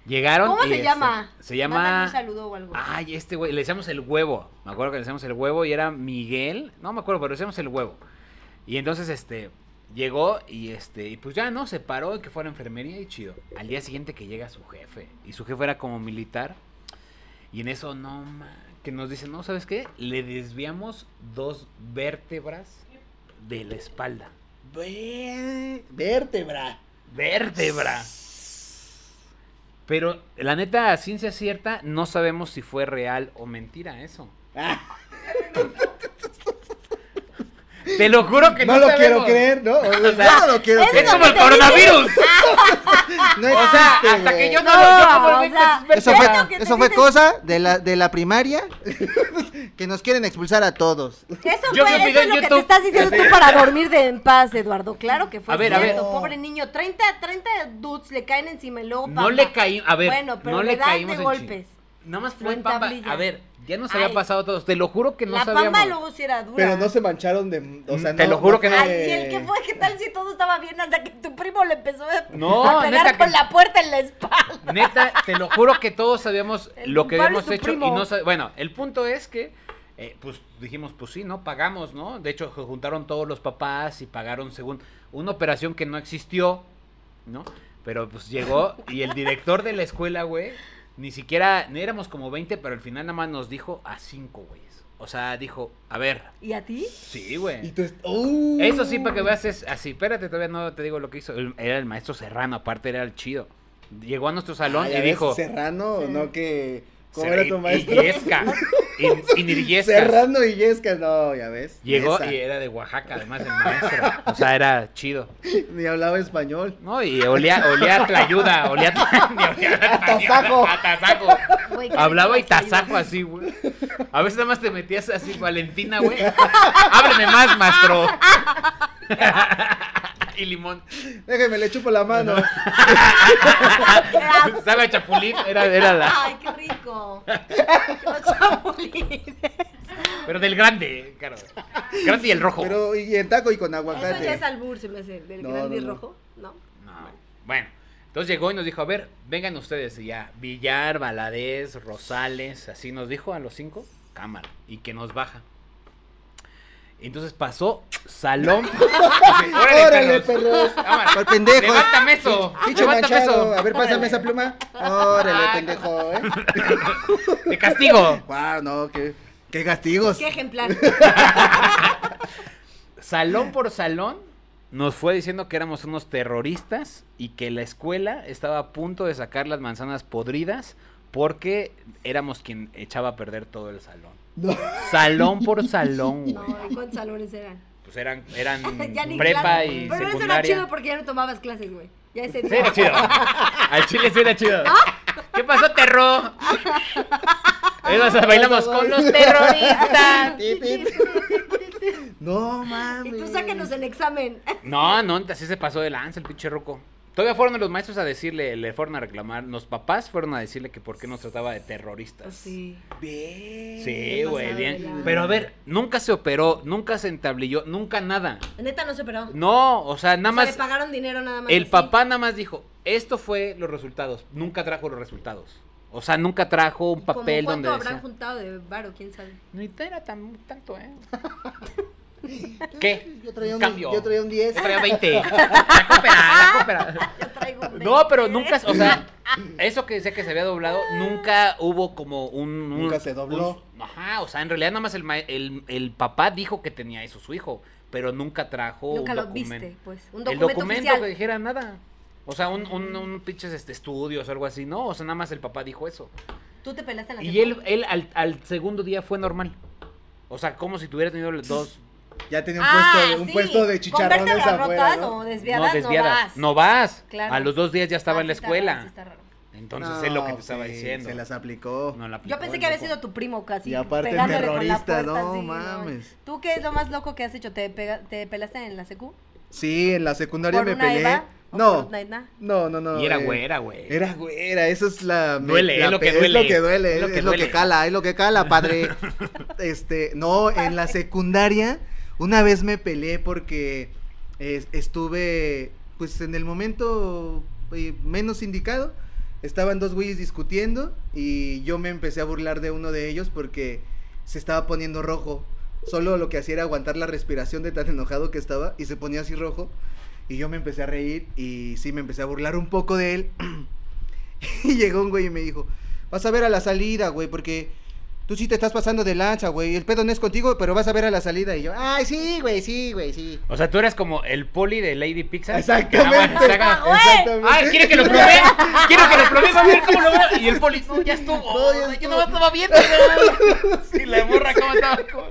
llegaron. ¿Cómo y, se este, llama? Se llama. Mándale un saludo o algo. Ay, este güey, le decíamos el huevo. Me acuerdo que le decíamos el huevo y era Miguel. No me acuerdo, pero le decíamos el huevo. Y entonces, este, llegó y este, y pues ya no, se paró y que fue a la enfermería y chido. Al día siguiente que llega su jefe. Y su jefe era como militar. Y en eso, no, ma, que nos dicen, no, ¿sabes qué? Le desviamos dos vértebras de la espalda. Ve- Vértebra. Vértebra. Pero la neta, a ciencia cierta, no sabemos si fue real o mentira eso. Ah, Te lo juro que no, no lo quiero sabemos. creer, ¿no? O sea, no lo quiero es creer. Es como el Te dije. coronavirus. No O sea, existe, hasta que güey. yo no, No, lo yo como o el sea, Nexus Eso Verde- fue, Bueno, que te eso fue dicen- cosa de la, de la primaria que nos quieren expulsar a todos. Eso Yo fue, me eso fijé es en lo que te YouTube. estás diciendo tú para dormir de en paz, Eduardo. Claro que fue A ver, a cierto. ver. Pobre niño, 30, 30 dudes le caen encima y luego No pamba. le caí, a ver, Bueno, pero no le le das de caímos en chin- golpes. Nada más Lo fue pamba. entablilla. A ver, ya nos había Ay. pasado a todos. Te lo juro que no la sabíamos. pamba luego sí era dura. Pero no se mancharon de. O sea, Mm, Te no- lo juro no que no. fue- Ay, ¿y el que fue? ¿Qué tal si todo estaba bien hasta que tu primo le empezó a, No, a pegar neta que- con la puerta en la espalda? Neta, te lo juro que todos sabíamos El lo que culpable habíamos es tu hecho primo. y no sab- Bueno, el punto es que, eh, pues dijimos, pues sí, ¿no? Pagamos, ¿no? De hecho, se juntaron todos los papás y pagaron según una operación que no existió, ¿no? Pero pues llegó y el director de la escuela, güey, ni siquiera, ni éramos como 20, pero al final nada más nos dijo a cinco, güeyes. O sea, dijo, a ver, ¿Y a ti? sí, Y güey. tú est- ¡Uh! Eso sí, para que veas, es así. Espérate, todavía no te digo lo que hizo. El- Era el maestro Serrano, aparte era el chido. Llegó a nuestro salón Ah, y ya ves, dijo... Serrano, Sí. no que. ¿Cómo Serra- era tu y- maestro? Y Yesca. Y, y Niriescas. Serrano y Yescas, no, ya ves. Llegó Esa. y era de Oaxaca, además el maestro. O sea, era chido. Ni hablaba español. No, y olía, olía a tlayuda, olía a tla- ni olía a Atasajo. tlayuda, a tasajo. Güey, ¿qué Hablaba te y tasajo así, güey. A veces nada más te metías así, Valentina, güey. Ábreme más, maestro. y limón. Déjeme, le chupo la mano. Qué Sabe a chapulín, era, era la. Ay, qué rico. Los chapulines. Pero del grande, claro. Grande y el rojo. Pero, y en taco y con Eso ya aguacate. es albur, se me hace, del No, grande y no, no. rojo, ¿no? No. Bueno, entonces llegó y nos dijo, a ver, vengan ustedes y ya. Villar, Valadez, Rosales, así nos dijo a los cinco, cámara, y que nos baja. Entonces pasó salón. Órale, perros. Cámara. Al pendejo. Levántame eso. Ah, Pinche Levántame manchado. eso. A ver, pásame esa pluma. Órale, Ah, pendejo, eh. Te castigo. Wow, no, qué, qué castigos. Qué ejemplar. Salón por salón nos fue diciendo que éramos unos terroristas y que la escuela estaba a punto de sacar las manzanas podridas porque éramos quien echaba a perder todo el salón. No. Salón por salón, güey. No, ¿y cuántos salones eran? Pues eran, eran ya ni prepa clases. y Pero eso era secundaria. chido porque ya no tomabas clases, güey. Ya ese Sí, era chido. Al chile sí era chido. ¿Ah? ¿Qué pasó, terro? Es más, bailamos con los terroristas. Tit, tit. No mames. Y tú sáquenos el examen. No, no, así se pasó de lanza el pinche roco. Todavía fueron los maestros a decirle, le fueron a reclamar. Los papás fueron a decirle que por qué nos trataba de terroristas. Sí. Ve. Sí, güey, pasado de bien. lanza. Pero a ver, nunca se operó, nunca se entablilló, nunca nada. Neta no se operó. No, o sea, nada O sea, más. le pagaron dinero nada más. El así. papá nada más dijo, esto fue los resultados, nunca trajo los resultados. O sea, nunca trajo un Como papel cuánto donde habrán decía... juntado de varo? ¿Quién sabe? Ni te era tan, tanto, ¿eh? ¿Qué? Yo traía un, Cambio. yo traía un 10. Yo traía 20. La cópera, la cópera. Yo traigo un No, pero 20. nunca, o sea, eso que decía que se había doblado, nunca hubo como un... un- Nunca se dobló. un- ajá, o sea, en realidad nada más el, ma- el, el papá dijo que tenía eso su hijo, pero nunca trajo Nunca Oh, un lo documento. viste, pues. Un el documento, documento oficial. Mm. que dijera nada. O sea, un, un, un pinches este, estudios o algo así, ¿no? O sea, nada más el papá dijo eso. Tú te pelaste en la Y secu- él, eh, él al, al segundo día fue normal. O sea, como si tuviera tenido los dos. Ya tenía un, Ah, puesto, un sí, puesto de con chicharrones vértebras afuera. rotas ¿no? o desviadas, no, no desviadas. vas. No vas. Claro. A los dos días ya estaba Ah, en la sí está raro, escuela. sí está raro. Entonces es lo que te No, estaba sí, diciendo. Se las aplicó. No la aplicó Yo pensé el que había loco. sido tu primo casi. Y aparte pegándole con la terrorista, puerta, no así, mames. ¿Tú qué es lo más loco que has hecho? ¿Te, pega- te pelaste en la secu? Sí, en la secundaria ¿Por me una peleé. Eva? ¿O por No, una Edna? no, no, no. Y era eh, güera, güey. Era güera, eso es la... me- Duele, la es lo que pe- duele, Es lo que duele, es es lo lo que que, duele. cala, es lo que cala, padre. este, no, en la secundaria una vez me peleé porque eh, estuve, pues en el momento eh, menos indicado, estaban dos güeyes discutiendo y yo me empecé a burlar de uno de ellos porque se estaba poniendo rojo. Solo lo que hacía era aguantar la respiración de tan enojado que estaba y se ponía así rojo. Y yo me empecé a reír y sí, me empecé a burlar un poco de él. y llegó un güey y me dijo, vas a ver a la salida, güey, porque tú sí te estás pasando de lanza, güey. El pedo no es contigo, pero vas a ver a la salida. Y yo, ay, sí, güey, sí, güey, sí. O sea, tú eres como el poli de Lady Pizza. Exactamente. Ah, güey. Ah, quiere que lo pruebe. Quiero que lo pruebe. Va a ver cómo lo va. Y el poli, no, ya estuvo. No, ya o sea, Yo estuvo. no estaba viendo. ¿no? Y la morra, ¿cómo estaba? ¿Cómo?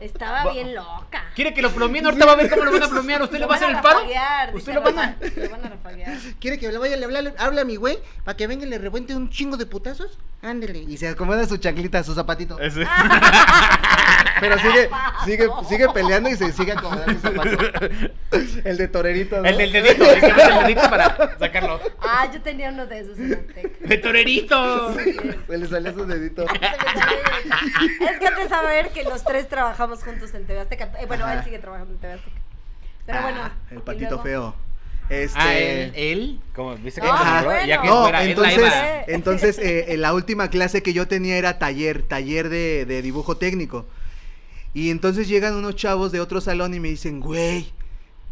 Estaba Va- bien loca. ¿Quiere que lo plomeen? Ahorita va a ver cómo lo van a plomear. ¿Usted le Lo va a hacer van el paro? rafaguear, ¿Usted dice lo van a- Rafa. Lo van a rafaguear. ¿Quiere que le vaya a hablar? Habla a mi güey para que venga y le revuente un chingo de putazos. Ándele. Y se acomoda su chanclita, su zapatito. Ese- Pero sigue, sigue, sigue peleando y se sigue acomodando su zapatito. El de torerito. ¿no? El del dedito. El que mete el dedito para sacarlo. Ah, yo tenía uno de esos en Azteca. ¡De torerito! Se le salió su dedito. es que antes de saber que los tres trabajamos juntos en TV Azteca. Eh, bueno, Ajá. él sigue trabajando en TV Azteca. Pero Ah, bueno. El y patito luego- feo. Este. Ah, él, él, como viste que No, se nombró, Ah, bueno. ya que No, fuera, es entonces, la Eva. entonces eh, en la última clase que yo tenía era taller, taller de, de dibujo técnico. Y entonces llegan unos chavos de otro salón y me dicen, güey,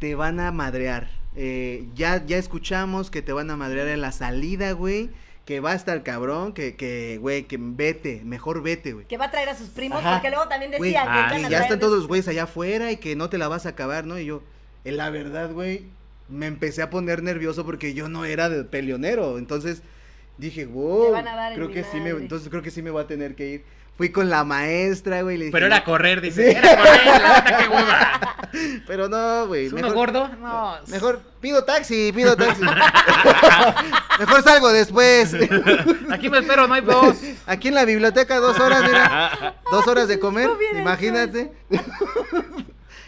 te van a madrear. Eh, ya, ya escuchamos que te van a madrear en la salida, güey. Que va a estar cabrón, que, que, güey, que vete, mejor vete, güey. Que va a traer a sus primos, Ajá. porque luego también Güey, decía que ah, iban a sí, que ya traer están de- todos los güeyes allá afuera y que no te la vas a acabar, ¿no? Y yo, eh, la verdad, güey, me empecé a poner nervioso porque yo no era de peleonero. Entonces dije, wow, Te van a dar en creo mi que sí me, madre". entonces creo que sí me va a tener que ir. Fui con la maestra, güey, y le dije, Pero era correr, dice. Era correr, la neta, qué hueva. pero no, güey, ¿Es uno mejor, gordo? No. mejor pido taxi, pido taxi. mejor salgo después. Aquí me espero, no hay voz. Aquí en la biblioteca dos horas, mira. Dos horas de comer, Estuvo bien hecho imagínate.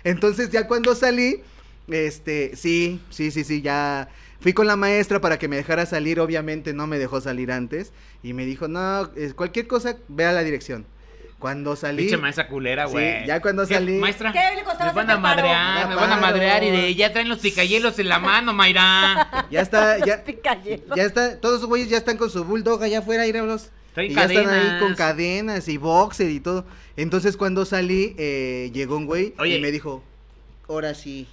Entonces ya cuando salí, este, sí, sí, sí, sí, ya fui con la maestra para que me dejara salir, obviamente no me dejó salir antes y me dijo, no, es cualquier cosa, ve a la dirección. Cuando salí... Pinche maestra culera, Sí, güey. ya cuando ¿Qué, salí- Maestra, ¿Qué le costaba me van a hacer paro? madrear, me Paro. van a madrear y de ya traen los picayelos en la mano, Mayra. Ya está, Los ya, picayelos. ya está, todos los güeyes ya están con su bulldog allá afuera, íralos. Traen y ya están ahí cadenas. con cadenas y boxer y todo. Entonces cuando salí, eh, llegó un güey Oye. y me dijo, ahora sí.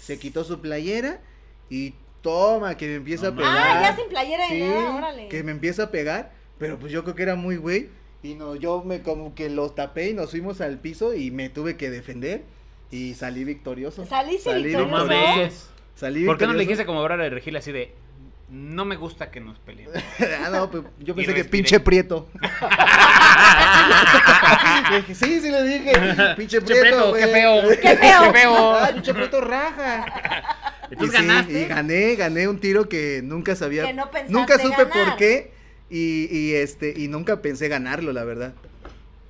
Se quitó su playera y toma, que me empieza No a mames. pegar. Ah, ya sin playera ni Sí, nada, órale. Que me empieza a pegar, pero pues yo creo que era muy güey. Y no, yo me como que los tapé y nos fuimos al piso y me tuve que defender. Y salí victorioso. Saliste No victorioso. mames. Salí ¿Por qué no le victorioso. dijiste como Bárbara de Regil así de no me gusta que nos peleen? ah, no, pues yo Y pensé que respiré. pinche prieto. Le dije, sí, sí le dije. Pinche Pinche Prieto, prieto, qué güey". feo. Qué feo. Qué feo. Ay, pinche prieto raja. Y Entonces sí, ganaste. y gané, gané un tiro que nunca sabía. Que no pensaste nunca supe ganar. por qué. Y, y este, y nunca pensé ganarlo, la verdad.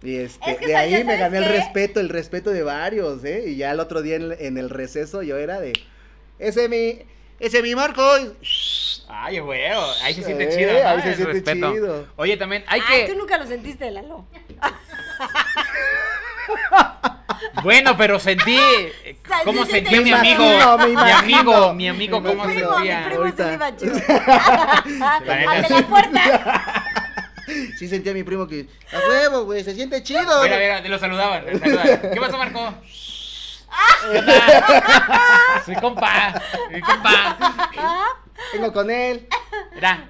Y este, Es que de sabes- ahí me ¿sabes gané el qué? respeto, el respeto de varios, ¿eh? Y ya el otro día en, en el receso yo era de. Ese mi. Ese mi Marco. Ay, güey, ahí se siente Eh, chido. ¿no? ahí se El siente respeto. chido. Oye, también hay Ay, que. Ah, tú nunca lo sentiste, Lalo. Bueno, pero sentí. ¿Cómo se sentía te- mi Me amigo? imagino, me Mi imagino. amigo, mi amigo, Me ¿cómo imagino. Primo, mi sentía? primo se le ahorita. iba chido. Al de la puerta. Sí sentía a mi primo que. A huevo, güey, se siente chido. Mira, mira, te lo saludaban. te saludaban. ¿Qué pasó, Marco? Soy compa, soy compa. Vengo con él. Mira.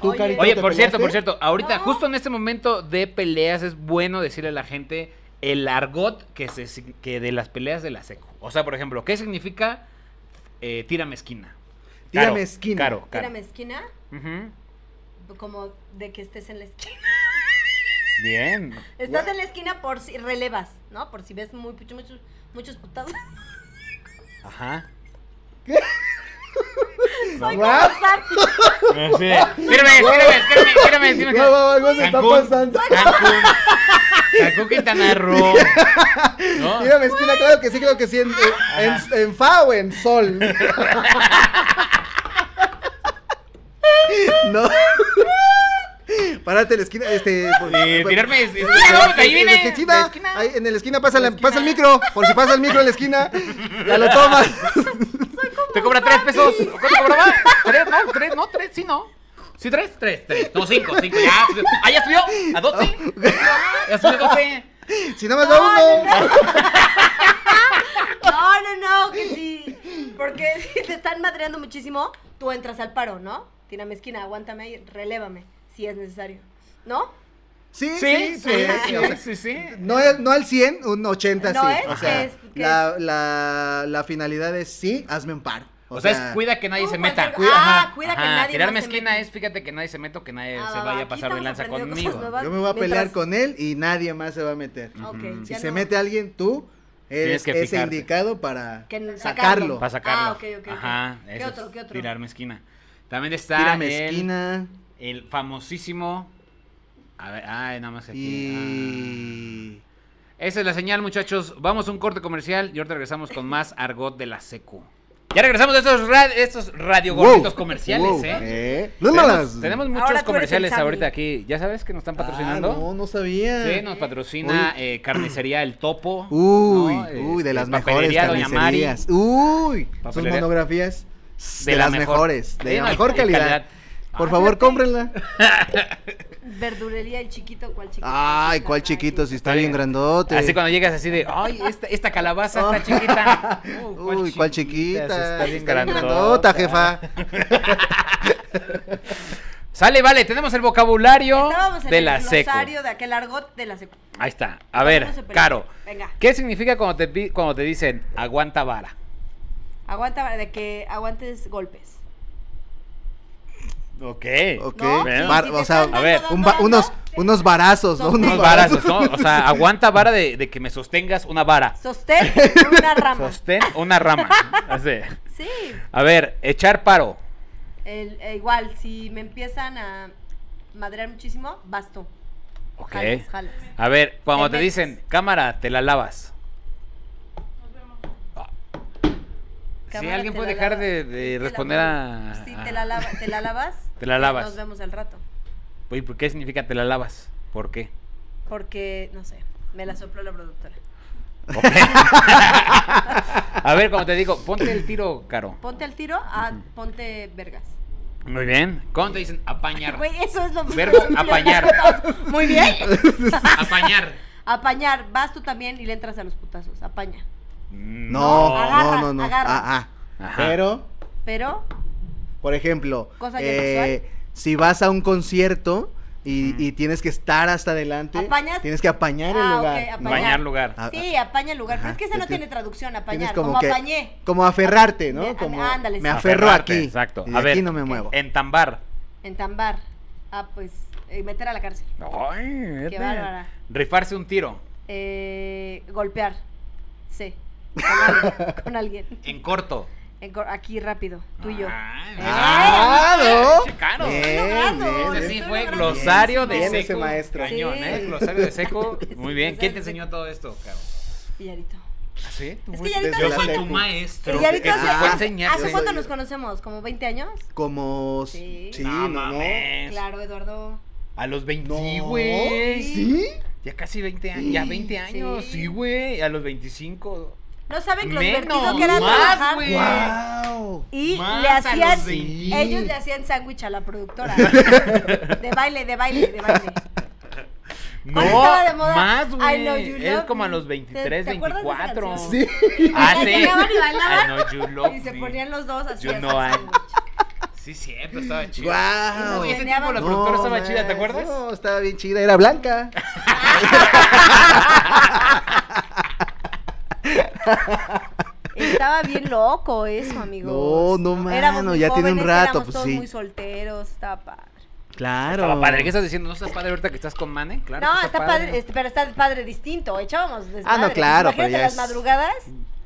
Tú, Oye. Carito, Oye, ¿te por cierto, peleaste? por cierto, ahorita, No. justo en este momento de peleas, es bueno decirle a la gente el argot que, se, sig- que de las peleas de la secu. O sea, por ejemplo, ¿qué significa eh, tírame esquina? Tírame Caro, esquina. Caro, caro. Tírame esquina, Ujú. como de que estés en la esquina. Bien. Estás en la esquina por si relevas, ¿no? Por si ves muy, muchos, muchos putados. Ajá. Soy ¿What? como Santi. Así de, Espérame, espérame, espérame, espérame, espérame. No, no, algo se está Cancún. pasando. Cancún. Cancún, Quintana Roo. ¿No? Tírame esquina, claro que sí, claro que sí. En, en, en, en fa o en sol. no. Párate en la esquina. Este, por- Sí, por- Tirarme. es- es- en- ahí en, viene. la esquina, La esquina. ahí en la esquina, pasa, la- pasa el micro. Por si pasa el micro en la esquina, ya lo tomas. Te cobra tres pesos. ¿Cuánto cobraba? ¿Tres? No, tres, no, tres, sí, no. ¿Sí, tres? Tres, tres. No, cinco, cinco. Ya subió. Ah, ya subió. A doce. Ya subió a doce. Si no me da uno. No, no, no, que sí. Porque si te están madreando muchísimo, tú entras al paro, ¿no? Tírame esquina, aguántame y relévame si es necesario. ¿no? Sí, Sí, sí, sí, pues, o sea, sí, sí, sí. No, al- no al 100, un 80 No, sí. ¿eh? O sea, ¿Qué es? ¿Qué la, la, la finalidad es sí, hazme un par. O sea, es cuida que nadie tú se meta. cualquier- ah, Ajá, cuida que ajá. nadie Tirarme más se esquina meta. es fíjate que nadie se meta o que nadie Ah, va, se va, vaya a aquí pasar de estamos lanza aprendiendo conmigo. cosas nuevas. Yo me voy a Mientras- pelear con él y nadie más se va a meter. Ok, Ujú. Si ya se no. mete alguien, tú Tienes eres que ese fijarte. indicado para Que n- sacarlo. Para sacarlo. Ah, ok, ok, ok. Ajá. ¿Qué eso otro, es qué otro? Tirarme esquina. También está Tírame el, esquina el famosísimo. A ver, ay, nada más aquí. y... ah. Esa es la señal, muchachos. Vamos a un corte comercial y ahorita regresamos con más argot de la secu. Ya regresamos de estos, ra- estos radio Wow, gorditos comerciales, wow, ¿eh? No Tenemos, malas. tenemos Ahora muchos tú eres el comerciales Sammy. ahorita aquí. ¿Ya sabes que nos están Ah, patrocinando? no, no sabía. Sí, nos patrocina eh, Carnicería El Topo. Uy, ¿no? uy, de Este, las mejores Papelería Doña Mari, carnicerías. Uy, sus Papelería. monografías de, la las mejor- mejores, de Sí, no, mejor de calidad. calidad. Por Ah, favor, fíjate. cómprenla. Verdurería el chiquito, ¿cuál chiquito? Ay, Chiquita, cuál chiquito, si está Está bien bien. grandote. Así cuando llegas así de, ay, esta, esta calabaza está chiquita. Uy, cuál chiquita. sí Está bien grandota. grandota, jefa. Sale, vale, tenemos el vocabulario Estábamos en de el la secu. glosario de aquel argot de la secu. Ahí está. A ver, No se peleen. Caro. Venga. ¿Qué significa cuando te, pi- cuando te dicen aguanta vara? Aguanta, de que aguantes golpes. Ok. Ok. No, sí, Bar- sí te o sea, están A ver. dando, un ba- dando, unos, sí. unos varazos, ¿no? ¿eh? Son Unos Unos varazos, ¿no? O sea, aguanta vara de, de que me sostengas una vara. Sostén una rama. Sostén una rama. Así. Sí, A ver, echar paro. el- eh, igual, si me empiezan a madrear muchísimo, basto. Ok. Jalas, jalas. A ver, cuando Te te metes. dicen, cámara, te la lavas. Ah. Si Cámara, alguien te puede la dejar lavas. de, Sí, de te la responder lavo. a... Sí, a- te la, lava- te la lavas. Te la lavas. Nos vemos al rato. Oye, ¿por qué significa te la lavas? ¿Por qué? Porque, no sé, me la sopló la productora. Ok. a ver, cuando te digo, ponte el tiro, Caro. Ponte al tiro, ah, ponte vergas. Muy bien. Cuando te dicen apañar. Güey, eso es lo más Verbo simple. apañar. Muy bien. apañar. Apañar, vas tú también y le entras a los putazos. Apaña. No, No, no, agarras, no, no. agarras. Ah, ah. Ajá. Pero, Pero, por ejemplo, Cosa ya eh, si vas a un concierto y, Mm. y tienes que estar hasta adelante, ¿Apañas? tienes que apañar el Ah, ok, lugar. apañar. Apañar lugar. Ah, sí, apaña el lugar. Ajá, Pero es que esa no pues tú tiene traducción, Tienes apañar. Como, apañé. Como aferrarte, De- a- ¿no? Como ándale, me sí. aferro Aferrarte, aquí. exacto. y de A ver. aquí no me muevo. Entambar. Entambar. Ah, pues, eh, meter a la cárcel. Ay, vete. bárbara. Rifarse un tiro. Eh, golpear. Sí. Con alguien. con alguien. En corto. En cor- Aquí rápido, tú y yo. Eh, Ay, Ah, ¿no? che, Ah, Caro. Bien, bien, Ese bien. sí Estoy fue logrando. glosario de Bien, bien seco. ese maestro. Cañón, ¿eh? Sí. Glosario de seco. Muy bien. ¿Quién te Glosario de enseñó todo esto, Caro? Villarito. ¿Ah, ¿Sí? Es que Yarito Desde Yo la soy tu secu. maestro. El Yarito que te hace, se- fue a ah, enseñar. ¿hace yo cuánto soy- nos conocemos? ¿Como 20 años? Como. Sí. Sí, no, no. mames. Claro, Eduardo. A los No. 20, güey. ¿Sí? Ya casi 20 años. Ya 20 años. Sí. Sí, güey. A los 25. ¿No saben lo Menos, divertido que era más, trabajar? güey. ¡Wow! Y Más le a hacían, los de- ellos le hacían sándwich a la productora. de baile, de baile, de baile. No, ¿Cuál estaba de moda? más, I know you güey. Es love como a me. los ¿Te- 23, te acuerdas de esa 24. canción? Sí. Ah, La sí. llegaban y bailaban. I know you love Y se me. ponían los dos así. You a hacer know I- sándwich. Sí, siempre estaba chido. ¡Guau! Ese Genial. tiempo la No, productora estaba man, chida, ¿te acuerdas? No, estaba bien chida, era blanca. Estaba bien loco eso, amigos. No, no, mano, muy ya tiene un jóvenes, rato, éramos pues todos sí. muy solteros, estaba padre. Claro. Estaba padre. ¿Qué estás diciendo? ¿No estás padre ahorita que estás con Mane? Claro. no, que está padre, este, pero está padre distinto. Echábamos desmadre. Ah, claro, Imagínate pero ya las es- madrugadas.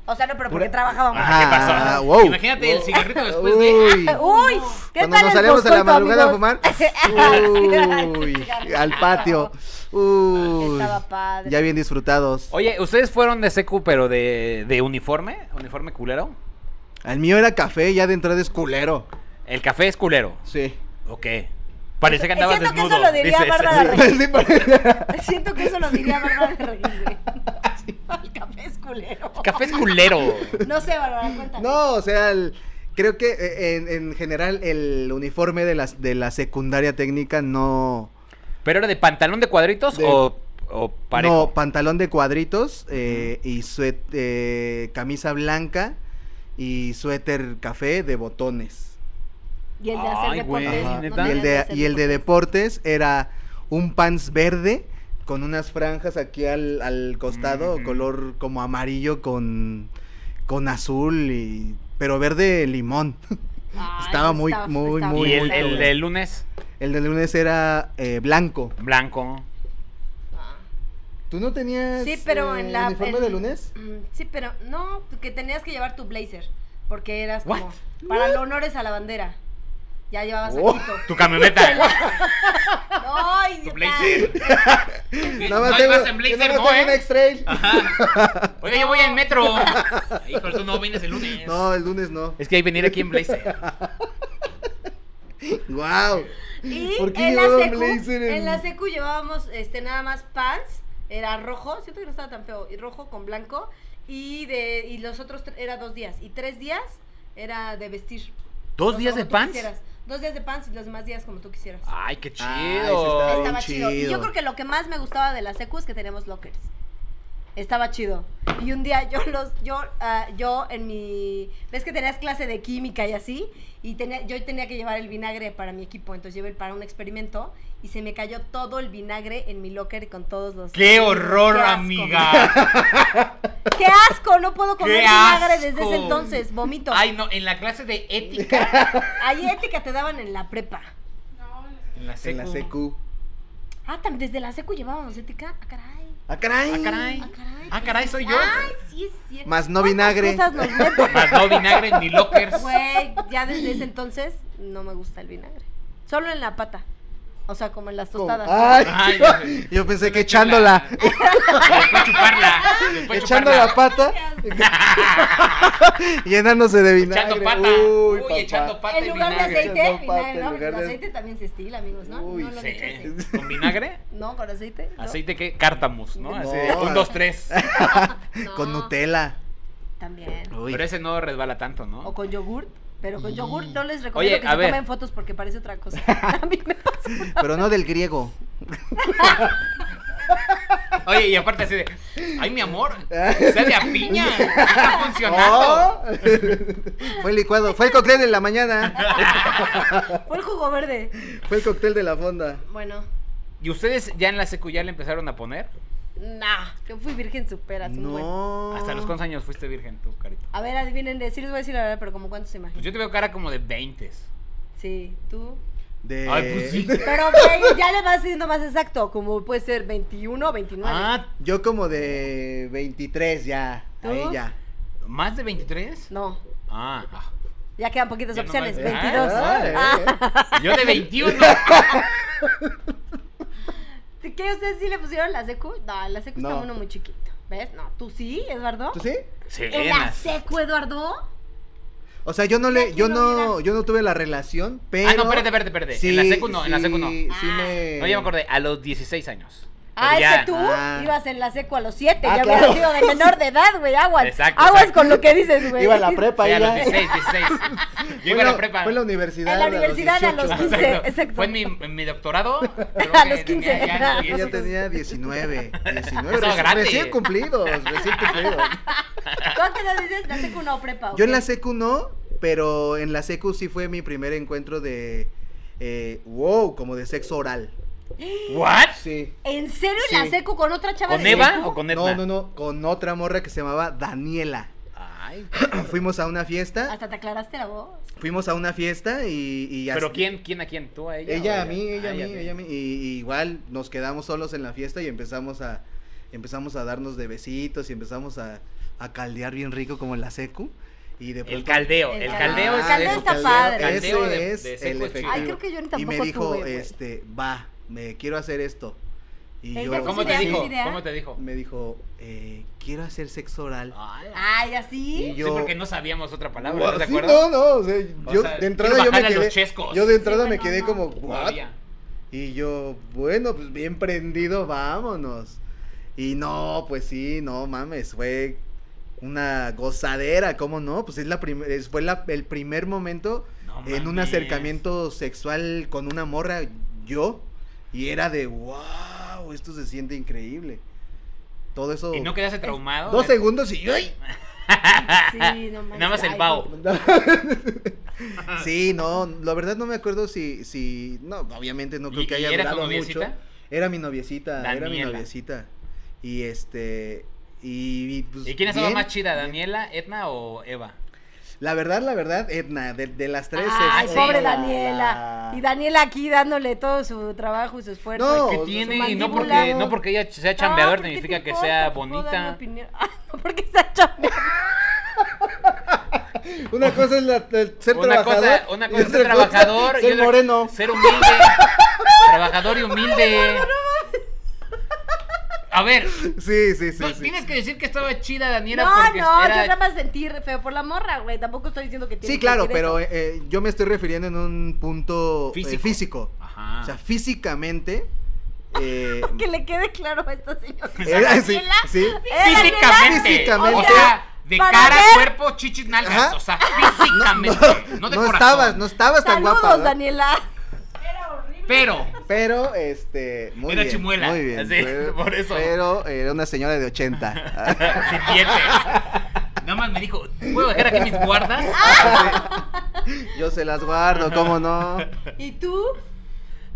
O sea, no, pero porque Pura- trabajábamos. Ajá. ¿Qué pasó? Ah, wow. Imagínate el Wow. cigarrito después de. Uy. Uy, ¿qué Cuando tal nos el salíamos a la moscoito, madrugada a fumar. amigos? Ah, Uy, al patio. Uy. Estaba padre. Ya bien disfrutados. Oye, ¿ustedes fueron de secu, pero de, de uniforme? ¿Uniforme culero? El mío era café, ya de entrada es culero. El café es culero. Sí. Ok. Parece que andabas Siento que desnudo. eso lo diría dices. Bárbara Regil. Sí, pero- Siento que eso lo diría Bárbara de Regil, güey. El café es culero. El café es culero. No sé, Bárbara, cuéntame. no, o sea, el- creo que eh, en, en general el uniforme de, las, de la secundaria técnica no... ¿Pero era de pantalón de cuadritos De- o, o parejo? No, pantalón de cuadritos eh, y suét- eh, camisa blanca y suéter café de botones. Y el de hacer Ay, güey, deportes. Ajá. no ¿neta? Y, tenías el de, hacer y el de deportes. deportes era un pants verde con unas franjas aquí al, al costado, Ujú. color como amarillo con, con azul, y, pero verde limón. Ay, Estaba muy, muy, Ah, estaba muy, y el, muy el culero. de lunes, El de lunes era eh, blanco. blanco. Ah. ¿Tú no tenías Sí, pero eh, en la. uniforme en- de lunes? Mm, Sí, pero no, que tenías que llevar tu blazer. Porque eras What? como. Para los honores a la bandera. Ya llevabas Oh. saquito. Tu camioneta. No, idiota. blazer. Nada más no tengo, ibas en yo blazer, nada más ¿no, tengo eh? un X-Trail. Oiga, yo voy en metro. Hijo, tú no vienes el lunes. No, el lunes no. Es que hay venir aquí en Blazer. Wow. Y ¿Por qué en, la llevaban secu, blazer en- en la secu llevábamos este, nada más pants. Era rojo, siento que no estaba tan feo. Y rojo con blanco. Y, de, y los otros tre- era dos días. Y tres días era de vestir. O ¿Dos sea, días como de tú pants? quisieras. Dos días de pants y los demás días como tú quisieras. Ay, qué chido. Ay, eso está bien Estaba chido. Y yo chido. creo que lo que más me gustaba de la secu es que teníamos lockers. Estaba chido. Y un día yo los, yo, ah, yo en mi, ves que tenías clase de química y así, y tenía, yo tenía que llevar el vinagre para mi equipo, entonces llevé para un experimento y se me cayó todo el vinagre en mi locker con todos los. ¡Qué horror, ¡Qué asco! amiga! ¡Qué asco! No puedo comer ¡Qué vinagre desde asco! ese entonces, vomito. Ay, no, en la clase de ética. Ahí ética te daban en la prepa. En la En la secu. Ah, también desde la secu llevábamos ética. Ah, caray. ¡Ah, caray! Ah, caray. Ah, caray. Ah, caray, soy yo. Ay, sí es cierto. Más no ¿Cuántas vinagre. cosas nos meten? Más no vinagre ni lockers. Güey, ya desde ese entonces no me gusta el vinagre. Solo en la pata. O sea, como en las tostadas. Ay, Ay, yo, no sé. Pues pensé que echándola, Después chuparla. Después echando chuparla. la pata, llenándose de vinagre. Echando pata. Uy, Uy, papá. echando pata. en y lugar de vinagre. aceite, No, pata, vinagre, en ¿no? lugar Pero de- aceite también se estila, amigos, ¿no? Uy, no, lo sí. dejes. Sí. ¿Con vinagre? no, con aceite. no. ¿Aceite qué? Cártamus, ¿no? Así de, No. un, dos, tres. No, Con Nutella. También. Uy. Pero ese no resbala tanto, O ¿no? con yogurt. Pero con Y- yogurt no les recomiendo Oye, que a se ver. tomen fotos porque parece otra cosa. A mí me pasa. Pero no del griego. Oye, y aparte así de, ay, mi amor, sale a piña, está Oh. funcionando. fue el licuado, fue el cóctel de la mañana, Fue el jugo verde. fue el cóctel de la fonda. Bueno, ¿Y ustedes ya en la secu ya le empezaron a poner? nah. Yo fui virgen superas. un buen. No. ¿Hasta los cuántos años fuiste virgen tú, carito? A ver, adivinen, de- sí les voy a decir la verdad, pero como cuántos se imaginan. Pues yo te veo cara como de 20. Sí, tú. De... Ay, pues sí. Pero ve, ya le vas siendo más exacto, como puede ser 21 o 29. Ah, Yo como de 23 ya, ¿Tú? ahí ya. ¿más de 23? No, Ah, ah. ya quedan poquitas Ya opciones. nomás- 22. Ah, Ah, yo de 21. ¿Qué ustedes sí le pusieron la secu? No, la secu No. está uno muy chiquito. ¿Ves? No, tú sí, Eduardo. ¿Tú sí? ¿En la Serena. secu, Eduardo? O sea, yo no le, Aquí yo lo no, miran. yo no tuve la relación, pero. Ah, no, espérate, espérate, espérate. en la secu no, en la secu no. sí- sí Ah. me- No, ya me acordé, a los 16 años. Ah, Pero es ya- que tú Ah. ibas en la secu a los 7. Ah, ya claro. hubieras sido de menor de edad, güey. Aguas. Exacto, aguas exacto. con lo que dices, güey. Iba a la prepa Sí, y a los ya. 16, 16. Yo iba a la prepa. Fue en la universidad. En la universidad a los ¿no? 15. Exacto. exacto. Fue en mi, en mi doctorado. creo A que los 15. tenía ya Yo 10. ya tenía 19, 19, Estaba reci- grande. recién cumplidos, recién cumplidos. ¿Tú a qué edad dices la secu no prepa? Yo en ok? la secu no, pero en la secu sí fue mi primer encuentro de, eh, wow, como de sexo oral. ¿What? Sí. ¿En serio en la Sí. secu con otra chava ¿Con de Eva secu? o con Edna? No, no, no, con otra morra que se llamaba Daniela. Ay, Fuimos a una fiesta, Hasta te aclaraste la voz. fuimos a una fiesta y... y ¿Pero hasta- quién, quién a quién? ¿Tú a ella? o Ella a mí, ella Ah, a mí, ya, ya. ella a mí. Y, y igual nos quedamos solos en la fiesta y empezamos a, empezamos a darnos de besitos y empezamos a, a caldear bien rico como en la secu. Y de El pronto- caldeo. El El caldeo. caldeo Ah, El caldeo es está padre. Caldeo Ese de- es de el seco efectivo. es chido. Ay, creo que yo ni y tampoco me dijo, tuve, pues. güey. este, va, me quiero hacer esto. Y Él yo, ya ¿Cómo te ¿Sí? dijo? ¿Sí? ¿Sí? ¿Cómo te dijo? Me dijo, eh, quiero hacer sexo oral. Ah, Ay, así. Y sí, yo- porque no sabíamos otra palabra, Guau, ¿no te sí, acuerdas? no, no, o sea, O yo sea, de entrada quiero yo me bajarle a los quedé, chescos. yo de entrada Sí, me pero quedé no, como, no. "What?". Todavía. Y yo, bueno, pues bien prendido, vámonos. Y no, pues sí, no mames, fue una gozadera, ¿cómo no? Pues es la prim- es- fue la- el primer momento No en un mames. acercamiento sexual con una morra, yo, y era de, wow, esto se siente increíble. Todo eso... ¿Y no ¿eh? quedaste traumado? Dos segundos y yo... Sí, no manches. Nada más el Ay, pavo. no. Sí, no, la verdad no me acuerdo si, si, no, obviamente no creo ¿Y- que y haya era tu durado mucho. noviecita? Era mi noviecita, era mi Daniela. noviecita. Y este, y, y, pues, ¿Y quién estaba bien, más chida, bien. Daniela, Edna o Eva? La verdad, la verdad, Edna, de, de las tres. Ay, es- pobre la- Daniela. la- Y Daniela aquí dándole todo su trabajo y su esfuerzo. No, ¿Qué su tiene? Y no mandíbula, porque, vos. no porque ella sea No, chambeador ¿por qué significa te que importa? sea Te puedo dar mi bonita. opinión. Ah, no porque sea chambeador. Una cosa es la- el ser Una trabajador. cosa, una y cosa es ser otra cosa trabajador y Ser otra- moreno. Ser humilde. trabajador y humilde. A ver, Sí, sí, sí. no, sí. Pues, tienes que decir que estaba chida Daniela No, porque no, yo era nada más sentir feo por la morra, güey. Tampoco estoy diciendo que tiene Sí, que claro, decir pero eso. eh, eh, yo me estoy refiriendo en un punto eh, Físico. Ah. físico. Ajá. O sea, físicamente. eh, Que le quede claro a esta señora. era- Eh, sí, Daniela, sí. físicamente. Físicamente. O sea, de para cara, ver- cuerpo, chichis, nalgas. Ajá. O sea, físicamente. No, de No corazón. estabas, no estabas tan Saludos, guapa. ¿no? Daniela. Pero, Pero, este, muy Era bien. chimuela, Muy bien. así, pero, por eso. Pero era una señora de 80. sin dientes. Nada más me dijo, ¿puedo dejar aquí mis guardas? Ah, Yo se las guardo, ¿cómo no? ¿Y tú?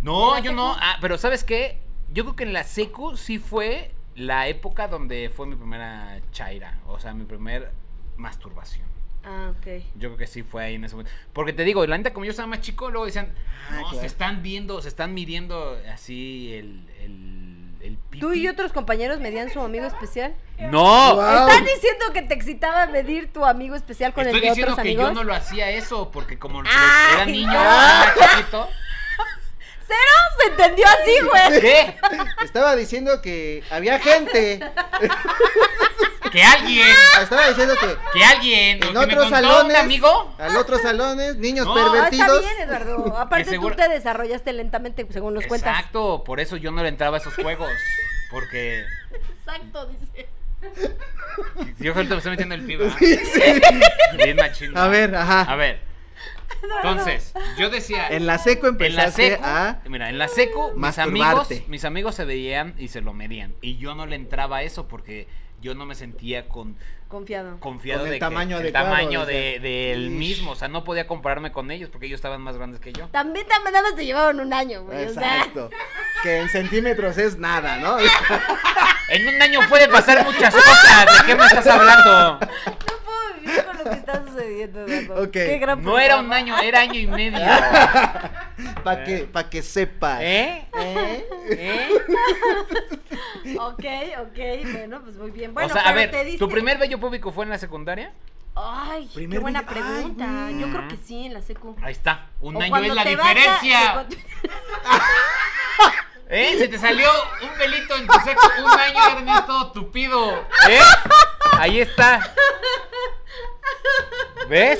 No, ¿En la yo no. secu? Ah, pero ¿sabes qué? Yo creo que en la secu sí fue la época donde fue mi primera chaira. O sea, mi primer masturbación. Ah, ok. Yo creo que sí fue ahí en ese momento. Porque te digo, la neta, como yo estaba más chico, luego decían, Ah, no, claro. se están viendo, se están midiendo así el, el, el pipí". ¿Tú y otros compañeros medían su amigo especial? ¡No! Guau. ¿Estás diciendo que te excitaba medir tu amigo especial con Estoy el de diciendo otros que amigos? yo no lo hacía eso, porque como Ay, era niño, no. era chiquito. ¡Cero! ¡Se entendió así, güey! ¿Qué? Estaba diciendo que había gente. Que alguien, Estaba diciendo que que alguien, en lo que me otros contó un salones. amigo. Al otros salones, niños No, Ah, está pervertidos. bien, Eduardo. Aparte, Que seguro- tú te desarrollaste lentamente, según nos cuentas. Exacto, por eso yo no le entraba a esos juegos. Porque Exacto, dice. yo ahorita me estoy metiendo el pibe. ¿ah? Sí. Bien machín, A ¿ah? ver, ajá. A ver. Entonces, yo decía. En la seco en la empezaste secu, a. mira, en la secu mis amigos, masturbarte. mis amigos se veían y se lo medían y yo no le entraba a eso porque yo no me sentía con Confiado. confiado Con el de que- tamaño el adecuado, tamaño dice. de, del Ish. mismo, o sea, no podía compararme con ellos porque ellos estaban más grandes que yo. También, también nada más te llevaron un año, güey. O sea, Exacto. Que en centímetros es nada, ¿no? En un año puede pasar muchas cosas, ¿de qué me estás no hablando? puedo vivir con lo que está sucediendo, Eduardo. Ok. Qué gran No era un programa. Ah, año, era año y medio. Para que, pa que sepas. ¿Eh? ¿Eh? ¿Eh? Ok, ok, bueno, pues muy bien. o Bueno, sea, a pero ver, te diste... ¿tu primer bello público fue en la secundaria? Ay, qué Primer buena video- Ay, pregunta. güey. Yo creo que sí, en la secu. Ahí está, un O año cuando es la te vas a- diferencia. de cuando- ¿Eh? Se te salió un pelito en tu seco un año Ernesto, todo tupido. ¿Eh? Ahí está. ¿Ves?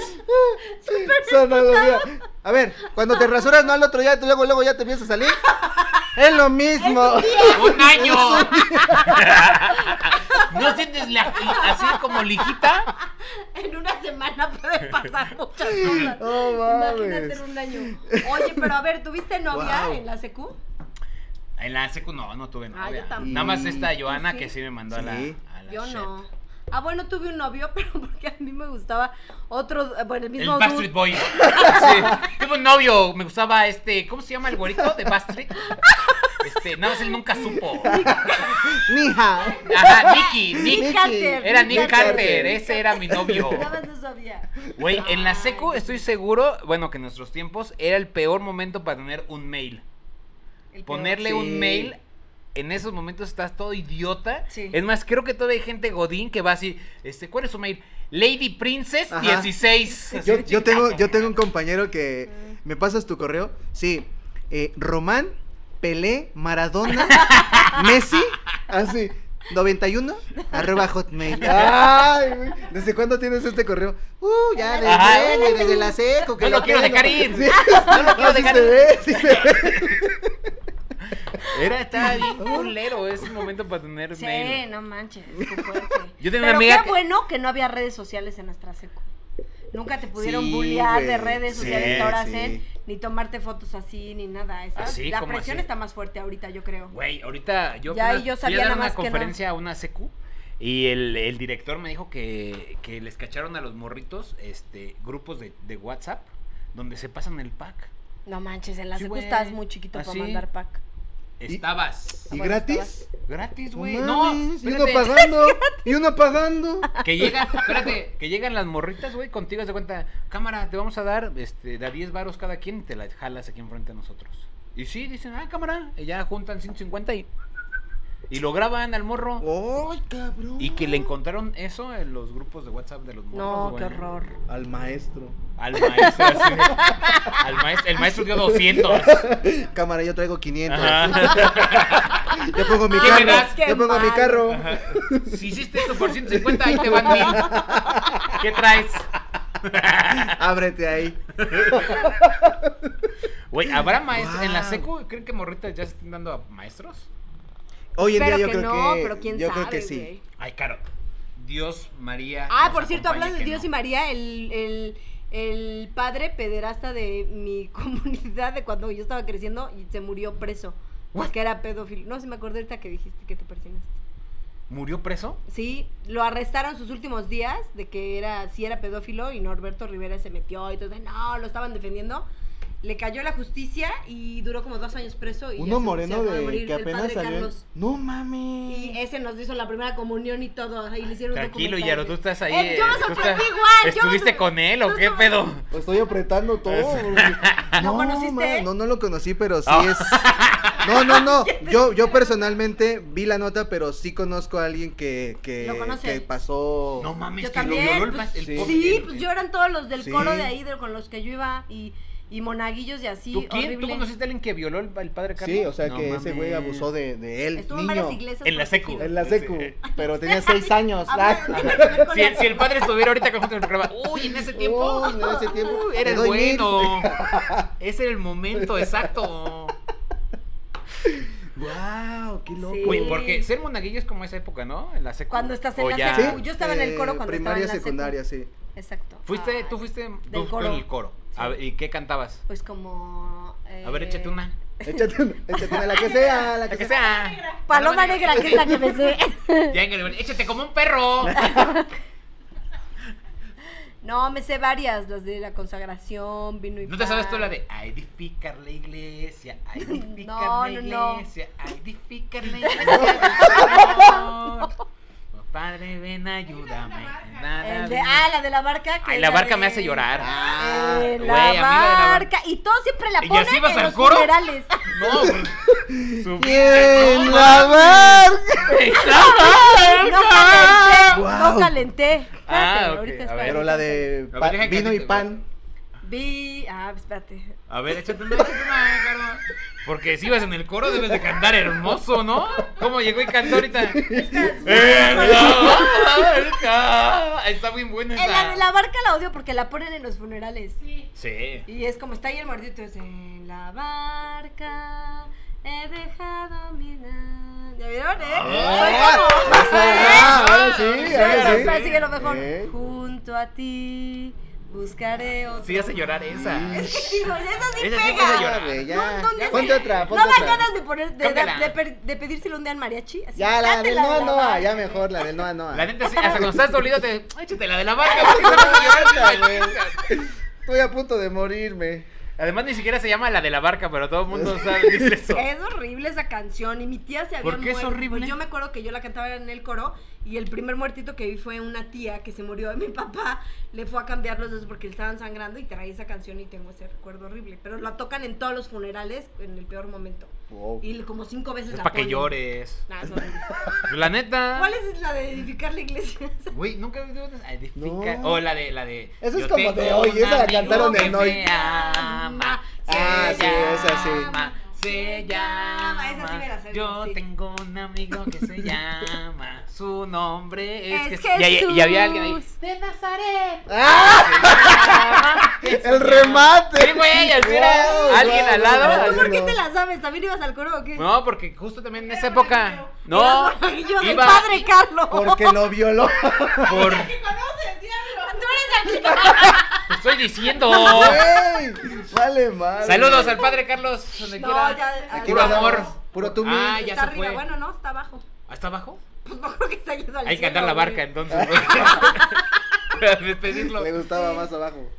Su analogía. A ver, cuando te rasuras, no al otro día, tú luego, luego ya te empiezas a salir. Es lo mismo. ¡Un año! ¿No sientes la- así como lijita? En una semana pueden pasar muchas cosas. No Imagínate mames. en un año. Oye, pero a ver, ¿tuviste novia Wow. en la secu? En la secu no, no tuve Ah, yo novia. tampoco. Nada más esta Joana Sí. que sí me mandó Sí. a la, a la Yo shit. no. Ah, bueno, tuve un novio, pero porque a mí me gustaba otro, eh, bueno, el El mismo Backstreet dude. Boy. Sí. Tuve un novio, me gustaba este, ¿cómo se llama el güerito de Backstreet? Este, nada más él nunca supo. Mija. Ajá, Nicky, Nick. Nick Carter. Era Nick Carter. Carter, ese era mi novio. Nada más no sabía. Güey, en la secu Ay. estoy seguro, bueno, que en nuestros tiempos era el peor momento para tener un mail. El peor. Ponerle Sí. un mail en esos momentos estás todo idiota. Sí. Es más, creo que todavía hay gente godín que va así, este, ¿cuál es su mail? Lady Princess Ajá. 16. Yo, Así, yo tengo, chinga. yo tengo un compañero que. ¿Me pasas tu correo? Sí. eh, Román, Pelé, Maradona, Messi. Así. 91 arroba hotmail. Ay, güey, ¿Desde cuándo tienes este correo? Uh, ya desde, Ajá. güey, desde la seco. que No lo quiero tengo. dejar ir. Sí. Ah, No lo quiero Así dejar se ir. ve, sí se ve. Era, estaba bien culero. Es un momento para tener Sí, mail. no manches. qué fuerte. Yo tenía Pero una amiga qué que- bueno que no había redes sociales en nuestra seco. Nunca te pudieron Sí, bullear de güey, redes sí, sociales que ahora sí. hacen, ni tomarte fotos así, ni nada. Esa- ¿Ah, sí? la ¿Cómo presión así? está más fuerte ahorita, yo creo. Güey, ahorita yo, Ya, apenas y yo fui sabía a dar nada una más que no. conferencia a una secu y el, el director me dijo que, que les cacharon a los morritos este grupos de, de WhatsApp donde se pasan el pack. No manches, en la Sí, secu güey. estás muy chiquito ¿Ah, para sí? mandar pack. Y- Estabas ¿Y Bueno, gratis? gratis, No güey. No, mames, y uno espérate, pagando. Y uno pagando. que llegan, espérate, que llegan las morritas, güey, contigo se cuenta, cámara, te vamos a dar este da 10 varos cada quien y te la jalas aquí enfrente a nosotros. Y sí, dicen, "Ah, cámara." Y ya juntan 150 y y lo graban al morro. ¡Ay, cabrón! Y que le encontraron eso en los grupos de WhatsApp de los No, morros, qué güey. horror. Al maestro. Al maestro, así. Al maestro, el maestro dio 200. Cámara, yo traigo 500. Ajá. Yo pongo mi ¿Qué me carro. das? Qué Yo pongo mi mal. carro. Si hiciste esto por 150, ahí te van mil. ¿Qué traes? Ábrete ahí. Güey, ¿habrá maestros? ¿En la Wow. secu creen que morritas ya se están dando a maestros? Hoy en día Espero yo que creo no, que. pero quién yo sabe, creo que sí. güey. Ay, caro. Dios, María. Ah, nos por cierto, acompañe hablando de que Dios no. y María, el, el, el padre pederasta de mi comunidad de cuando yo estaba creciendo y se murió preso. Porque era pedófilo. No, se me acordé ahorita que dijiste que te persignaste. ¿Murió preso? Sí, lo arrestaron sus últimos días de que era, sí era pedófilo y Norberto Rivera se metió y todo, no, lo estaban defendiendo. Le cayó la justicia y duró como dos años preso. Y ya Uno se- se moreno acaba de, morir, que el apenas padre salió. Carlos. No mames. Y ese nos hizo la primera comunión y todo. Ahí le hicieron un Tranquilo, documental. Yaro, tú estás ahí. Eh, yo me eh, tú sorprendí estás- igual. yo me ¿Estuviste sorprendí. con él o Tú qué no- pedo? Lo estoy apretando todo. Es- porque- ¿Lo conociste? no, no lo conocí, pero sí Ah. es. No, no, no. Yo, yo personalmente vi la nota, pero sí conozco a alguien que, que, ¿Lo conoce? que pasó. No mames, Yo que también, lo violó el, pues, pas- el sí. pobre- Sí, el- pues el- yo eran todos los del Sí. coro de ahí, de- con los que yo iba y, y monaguillos y así. ¿Tú quién? horrible. ¿Tú conociste a alguien que violó al, al padre Carlos? Sí, o sea No que ese güey mames. abusó de, de él. Estuvo en niño. varias iglesias. En la secu. protegidas. En la secu. Sí. Pero tenía seis años. Habla- Ah. tiene que ver con Si, la- si el padre estuviera ahorita con nosotros en el programa, uy, en ese tiempo, Uy, Oh, en ese tiempo, uy, te Uh, eres doy mil". bueno. Ese era el momento exacto. ¡Wow! ¡Qué loco! Sí. Güey, porque ser monaguillo es como esa época, ¿no? En la secu. Cuando estás en O la ya- secu. Yo estaba en el coro cuando estaba Primaria, en la secu. secundaria, sí. Exacto. Fuiste, Ah, tú fuiste Del tú- coro. con el coro. A ver, ¿Y qué cantabas? Pues como. A ver, eh, échate una. Échate una, échate una, la que sea, la La que, que sea. sea. eh, Paloma negra, que es la que me sé. Ya en el- échate como un perro. No, me sé varias, las de la consagración, vino y ¿No te pan. sabes tú la de a edificar la iglesia, a edificar No, no, la no. iglesia, a edificar la iglesia? del Señor? Oh, Padre, ven, ayúdame. Nada El de, ven. ah, la de la barca. que Ay, es la barca de- me hace llorar. Ah, Güey, la amiga de la bar- barca. Y todo siempre la ¿Y ponen así vas en al los coro? funerales. No, bro. Su- ¡Bien, No, la verga! No calenté, Guau. no calenté. Ah, Espérate, ok, ahorita a espérate. ver. Pero la de A ver, pa- deja que vino y te- pan. Vi, ah, espérate. A ver, échate una, échate una, Caro. Porque si ibas en el coro debes de cantar hermoso, ¿no? ¿Cómo llegó y cantó ahorita? Eh, la barca. Está bien buena Eh, la de esa. la barca la odio porque la ponen en los funerales. Sí. Y es como está ahí el muertito, es en la barca he dejado mi na-". ¿Ya vieron, eh? Ah, Soy como- ah, ahora sí, Sí, ahora pero sí. espera, sigue lo mejor. Eh. Junto a ti buscaré otro. Sí, hace llorar esa. Es que digo, eso sí Esa sí pega. puede Ya, llorar. güey, No, ya. ¿dónde Ponte se- otra, No ponte dan otra. ganas de, poner, de, Cántala. de per- de pedírselo un día al mariachi. Así, Ya, la del cántela Noa de la Noa, barca. ya mejor, la del Noa Noa. La neta, sí, hasta cuando estás dolido, te. Échate la de la barca, porque está muy güey. llorando. Estoy a punto de morirme. Además, ni siquiera se llama la de la barca, pero todo el mundo sabe dice eso. Es horrible esa canción y mi tía se había ¿Por qué es muerto. horrible? Pues yo me acuerdo que yo la cantaba en el coro y el primer muertito que vi fue una tía que se murió y mi papá le fue a cambiar los dedos porque le estaban sangrando y traía esa canción y tengo ese recuerdo horrible. Pero la tocan en todos los funerales en el peor momento. Wow. Y le- como cinco veces Es la para que ponen. llores. Ah, no. La neta. ¿Cuál es la de edificar la iglesia? Güey, nunca he oído a edificar. No. O Oh, la de, la de. Esa es "Yo como tengo de hoy, un esa la amigo cantaron que en hoy". me ama, Ah, se sí, esa sí. llama, Se llama. Esa sí me la sé, Yo sí. tengo un amigo que se llama. Su nombre es. Es Jesús. Y, ahí- y había alguien ahí. Jesús. De Nazaret. ¡Ah! Se llama. El remate. Sí, güey, así era Guau, alguien guau, al lado, guau, así. ¿Tú por qué no. te la sabes? ¿También ibas al coro o qué? Ah, No, porque justo también en esa Era época. monaguillo. No, Era monaguillo del iba padre Carlos. Porque lo violó. por. conoces, diablo? Tú Ah, eres Te estoy diciendo. Güey, Vale, mal. Saludos al padre Carlos, donde No, quiera. ya- Puro aquí amor. vamos. Puro tú Ah, mismo. aquí. ya Está se arriba, fue. bueno, no, está abajo. ¿Hasta abajo? Pues no creo que está yendo al Hay que cielo, andar la güey. barca entonces. güey. Para despedirlo. Le gustaba más abajo.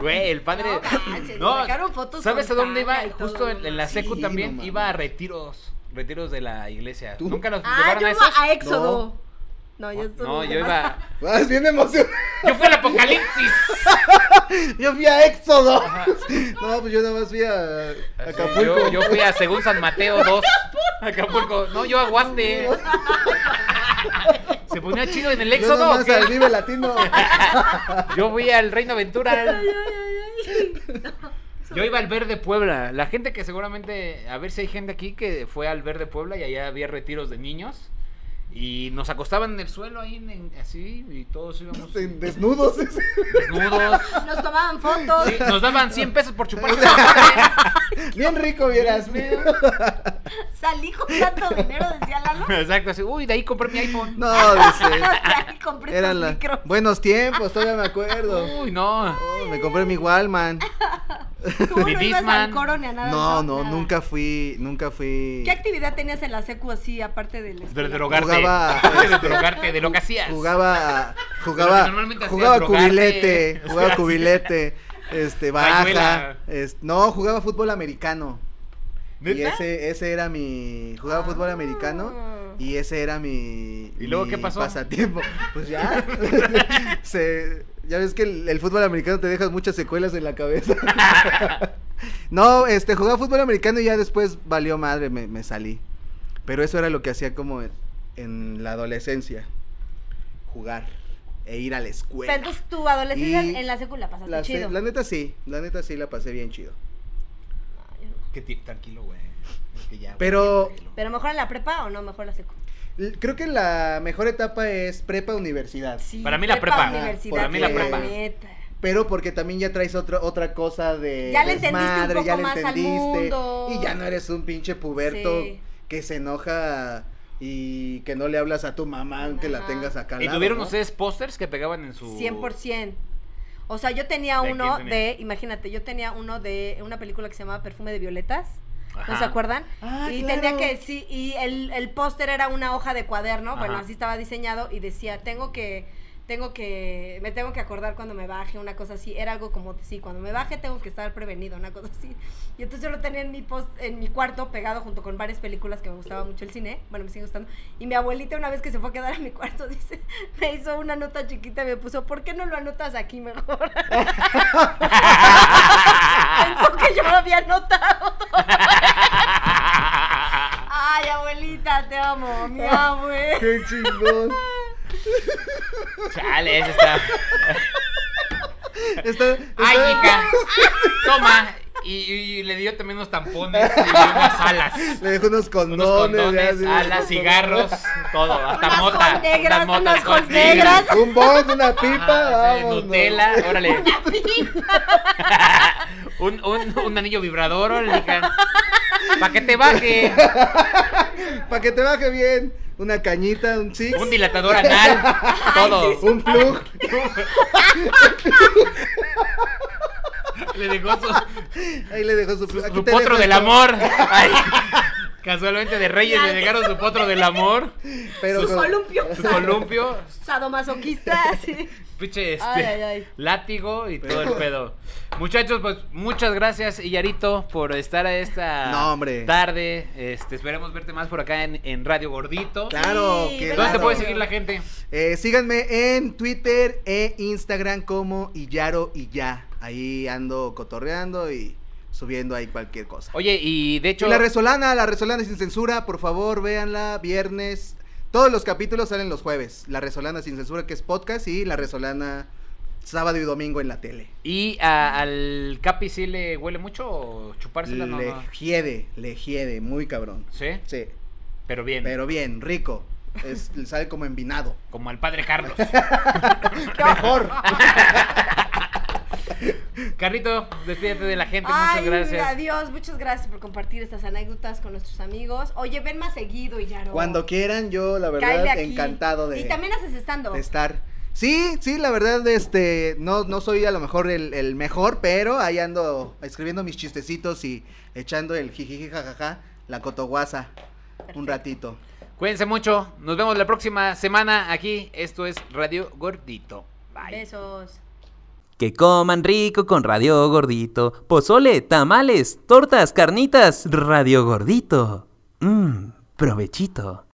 Güey, el padre. No manches, No, sacaron fotos ¿Sabes a con dónde iba? tanga y todo, Justo en, no en la mames. secu Sí, también no mames. iba a retiros. Retiros de la iglesia. ¿Tú? ¿Nunca los Ah, llevaron yo a iba esos? a Éxodo. No, yo estuve No, en yo la- iba. Vas bien emocionado. Yo fui al apocalipsis. Yo fui a Éxodo. No, pues yo nada más fui a a Acapulco. Yo, yo fui a según San Mateo 2. Acapulco. No, yo aguante. Se ponía chido en el Yo nada éxodo. o más qué? al Vive Latino. Yo fui al Reino Aventura. Ay, ay, ay, ay. Yo iba al Verde Puebla. La gente que seguramente, a ver si hay gente aquí que fue al Verde Puebla y allá había retiros de niños. Y nos acostaban en el suelo ahí, en- en- así, y todos íbamos En Desnudos. desnudos. Nos tomaban fotos. Sí, nos daban 100 pesos por chupar un zapote. Bien rico, vieras. Salí con tanto dinero, decía Lalo. Exacto, así, uy, de ahí compré mi iPhone. No, dice. Salí, compré estos Eran la- micros. buenos tiempos, todavía me acuerdo. Uy, no. Oh, me compré mi Wallman. ¿Tú no Mi ibas al Discman. coro ni a nada de Ah, No, eso? no, Nada. nunca fui, nunca fui. ¿Qué actividad tenías en la secu así, aparte del De drogarte. Jugaba- este, De drogarte, de lo que hacías. Jugaba, Pero jugaba, normalmente hacías eh. jugaba drogarte. cubilete, jugaba Hacías- cubilete, este, baraja, Bayuela. es- no, jugaba fútbol americano. Y ¿Neta? ese, ese era mi, jugaba fútbol americano y ese era mi. ¿Y luego mi qué pasó? Pasatiempo. Pues ya, se, ya ves que el, el fútbol americano te deja muchas secuelas en la cabeza. no, este, jugaba fútbol americano y ya después valió madre, me, me salí. Pero eso era lo que hacía como en, en la adolescencia, jugar e ir a la Pero escuela. entonces tu adolescencia Y- en la secu la pasaste la, se- chido. la neta sí, la neta sí la pasé bien chido. Que ti- tranquilo, güey. Es que ya, güey, Pero- tranquilo. Pero mejor en la prepa o no, mejor la secu. L- Creo que la mejor etapa es prepa universidad. Sí, Para mí la prepa. universidad, Para mí la neta, prepa. neta. Pero porque también ya traes otra otra cosa de Ya le entendiste un desmadre, poco ya le más al entendiste, mundo. Y ya no eres un pinche puberto Sí. que se enoja y que no le hablas a tu mamá aunque la Ajá. tengas acá. al ¿Y lado, tuvieron ¿no? ustedes pósters que pegaban en su. 100%. O sea, yo tenía ¿De uno quién de, tenías? imagínate, yo tenía uno de una película que se llamaba Perfume de Violetas. ¿No Ajá. se acuerdan? Ah, y claro. tenía que, sí, y el, el póster era una hoja de cuaderno, bueno, Ajá. así estaba diseñado y decía, tengo que, tengo que, me tengo que acordar cuando me baje, una cosa así, era algo como, sí, cuando me baje tengo que estar prevenido, una cosa así. Y entonces yo lo tenía en mi, post, en mi cuarto pegado junto con varias películas que me gustaba mucho el cine, bueno, me sigue gustando. Y mi abuelita una vez que se fue a quedar a mi cuarto, dice, me hizo una nota chiquita y me puso, ¿por qué no lo anotas aquí mejor? Pensó que yo lo había anotado. Ah, Ay, abuelita, te amo, eh. mi abue. ¡Qué chingón! ah. Chale, ese está. Está- ¡Ay, está- hija! Toma. Y, y le dio también unos tampones y unas alas. Le dejó unos condones. Unos ya, condones, así, alas, cigarros, todo. Hasta Unas mota. Hot negras, unas motas unas Hot con- negras. Un bong, una pipa, Ajá, Ah, sí, vámonos. Nutella, órale. un, un, un anillo vibrador, órale, hija. Para que te baje. Para que te baje bien. Una cañita, un six. Un dilatador anal. Todo. un plug. Le dejó su, Ahí le dejó su plug. su Aquí te potro dejo del esto. amor. Ay, casualmente de Reyes le dejaron su potro del amor. Pero Su con- columpio. Su columpio. Sadomasoquista, sí. Piche este. Ay, ay, ay. Látigo y todo el pedo. Muchachos, pues muchas gracias, Yarito, por estar a esta No, hombre. tarde. Este, esperemos verte más por acá en, en Radio Gordito. Claro, Sí, que ¿verdad? ¿Dónde te claro. puede seguir la gente? Eh, síganme en Twitter e Instagram como Illaro y ya. Ahí ando cotorreando y subiendo ahí cualquier cosa. Oye, y de hecho. Y la Resolana, la Resolana sin censura, por favor, véanla viernes. Todos los capítulos salen los jueves. La Resolana sin censura, que es podcast, y la Resolana sábado y domingo en la tele. ¿Y a- al Capi sí le huele mucho o chupársela? No, le no. hiede, le hiede, muy cabrón. Sí, Sí, pero bien. pero bien, rico. Es, le sale como envinado. Como al padre Carlos. Mejor. Carrito, despídete de la gente. Ay, muchas gracias. adiós, muchas gracias por compartir estas anécdotas con nuestros amigos. Oye, ven más seguido, Yaro. Cuando quieran, yo la verdad Cáele aquí. encantado de, Y también haces estando. de estar. Sí, sí, la verdad, este, no, no soy a lo mejor el, el mejor, pero ahí ando escribiendo mis chistecitos y echando el jijiji jajaja, la cotoguasa, un ratito. Cuídense mucho. Nos vemos la próxima semana aquí. Esto es Radio Gordito. Bye. Besos. Que coman rico con Radio Gordito. Pozole, tamales, tortas, carnitas, Radio Gordito. Mmm, provechito.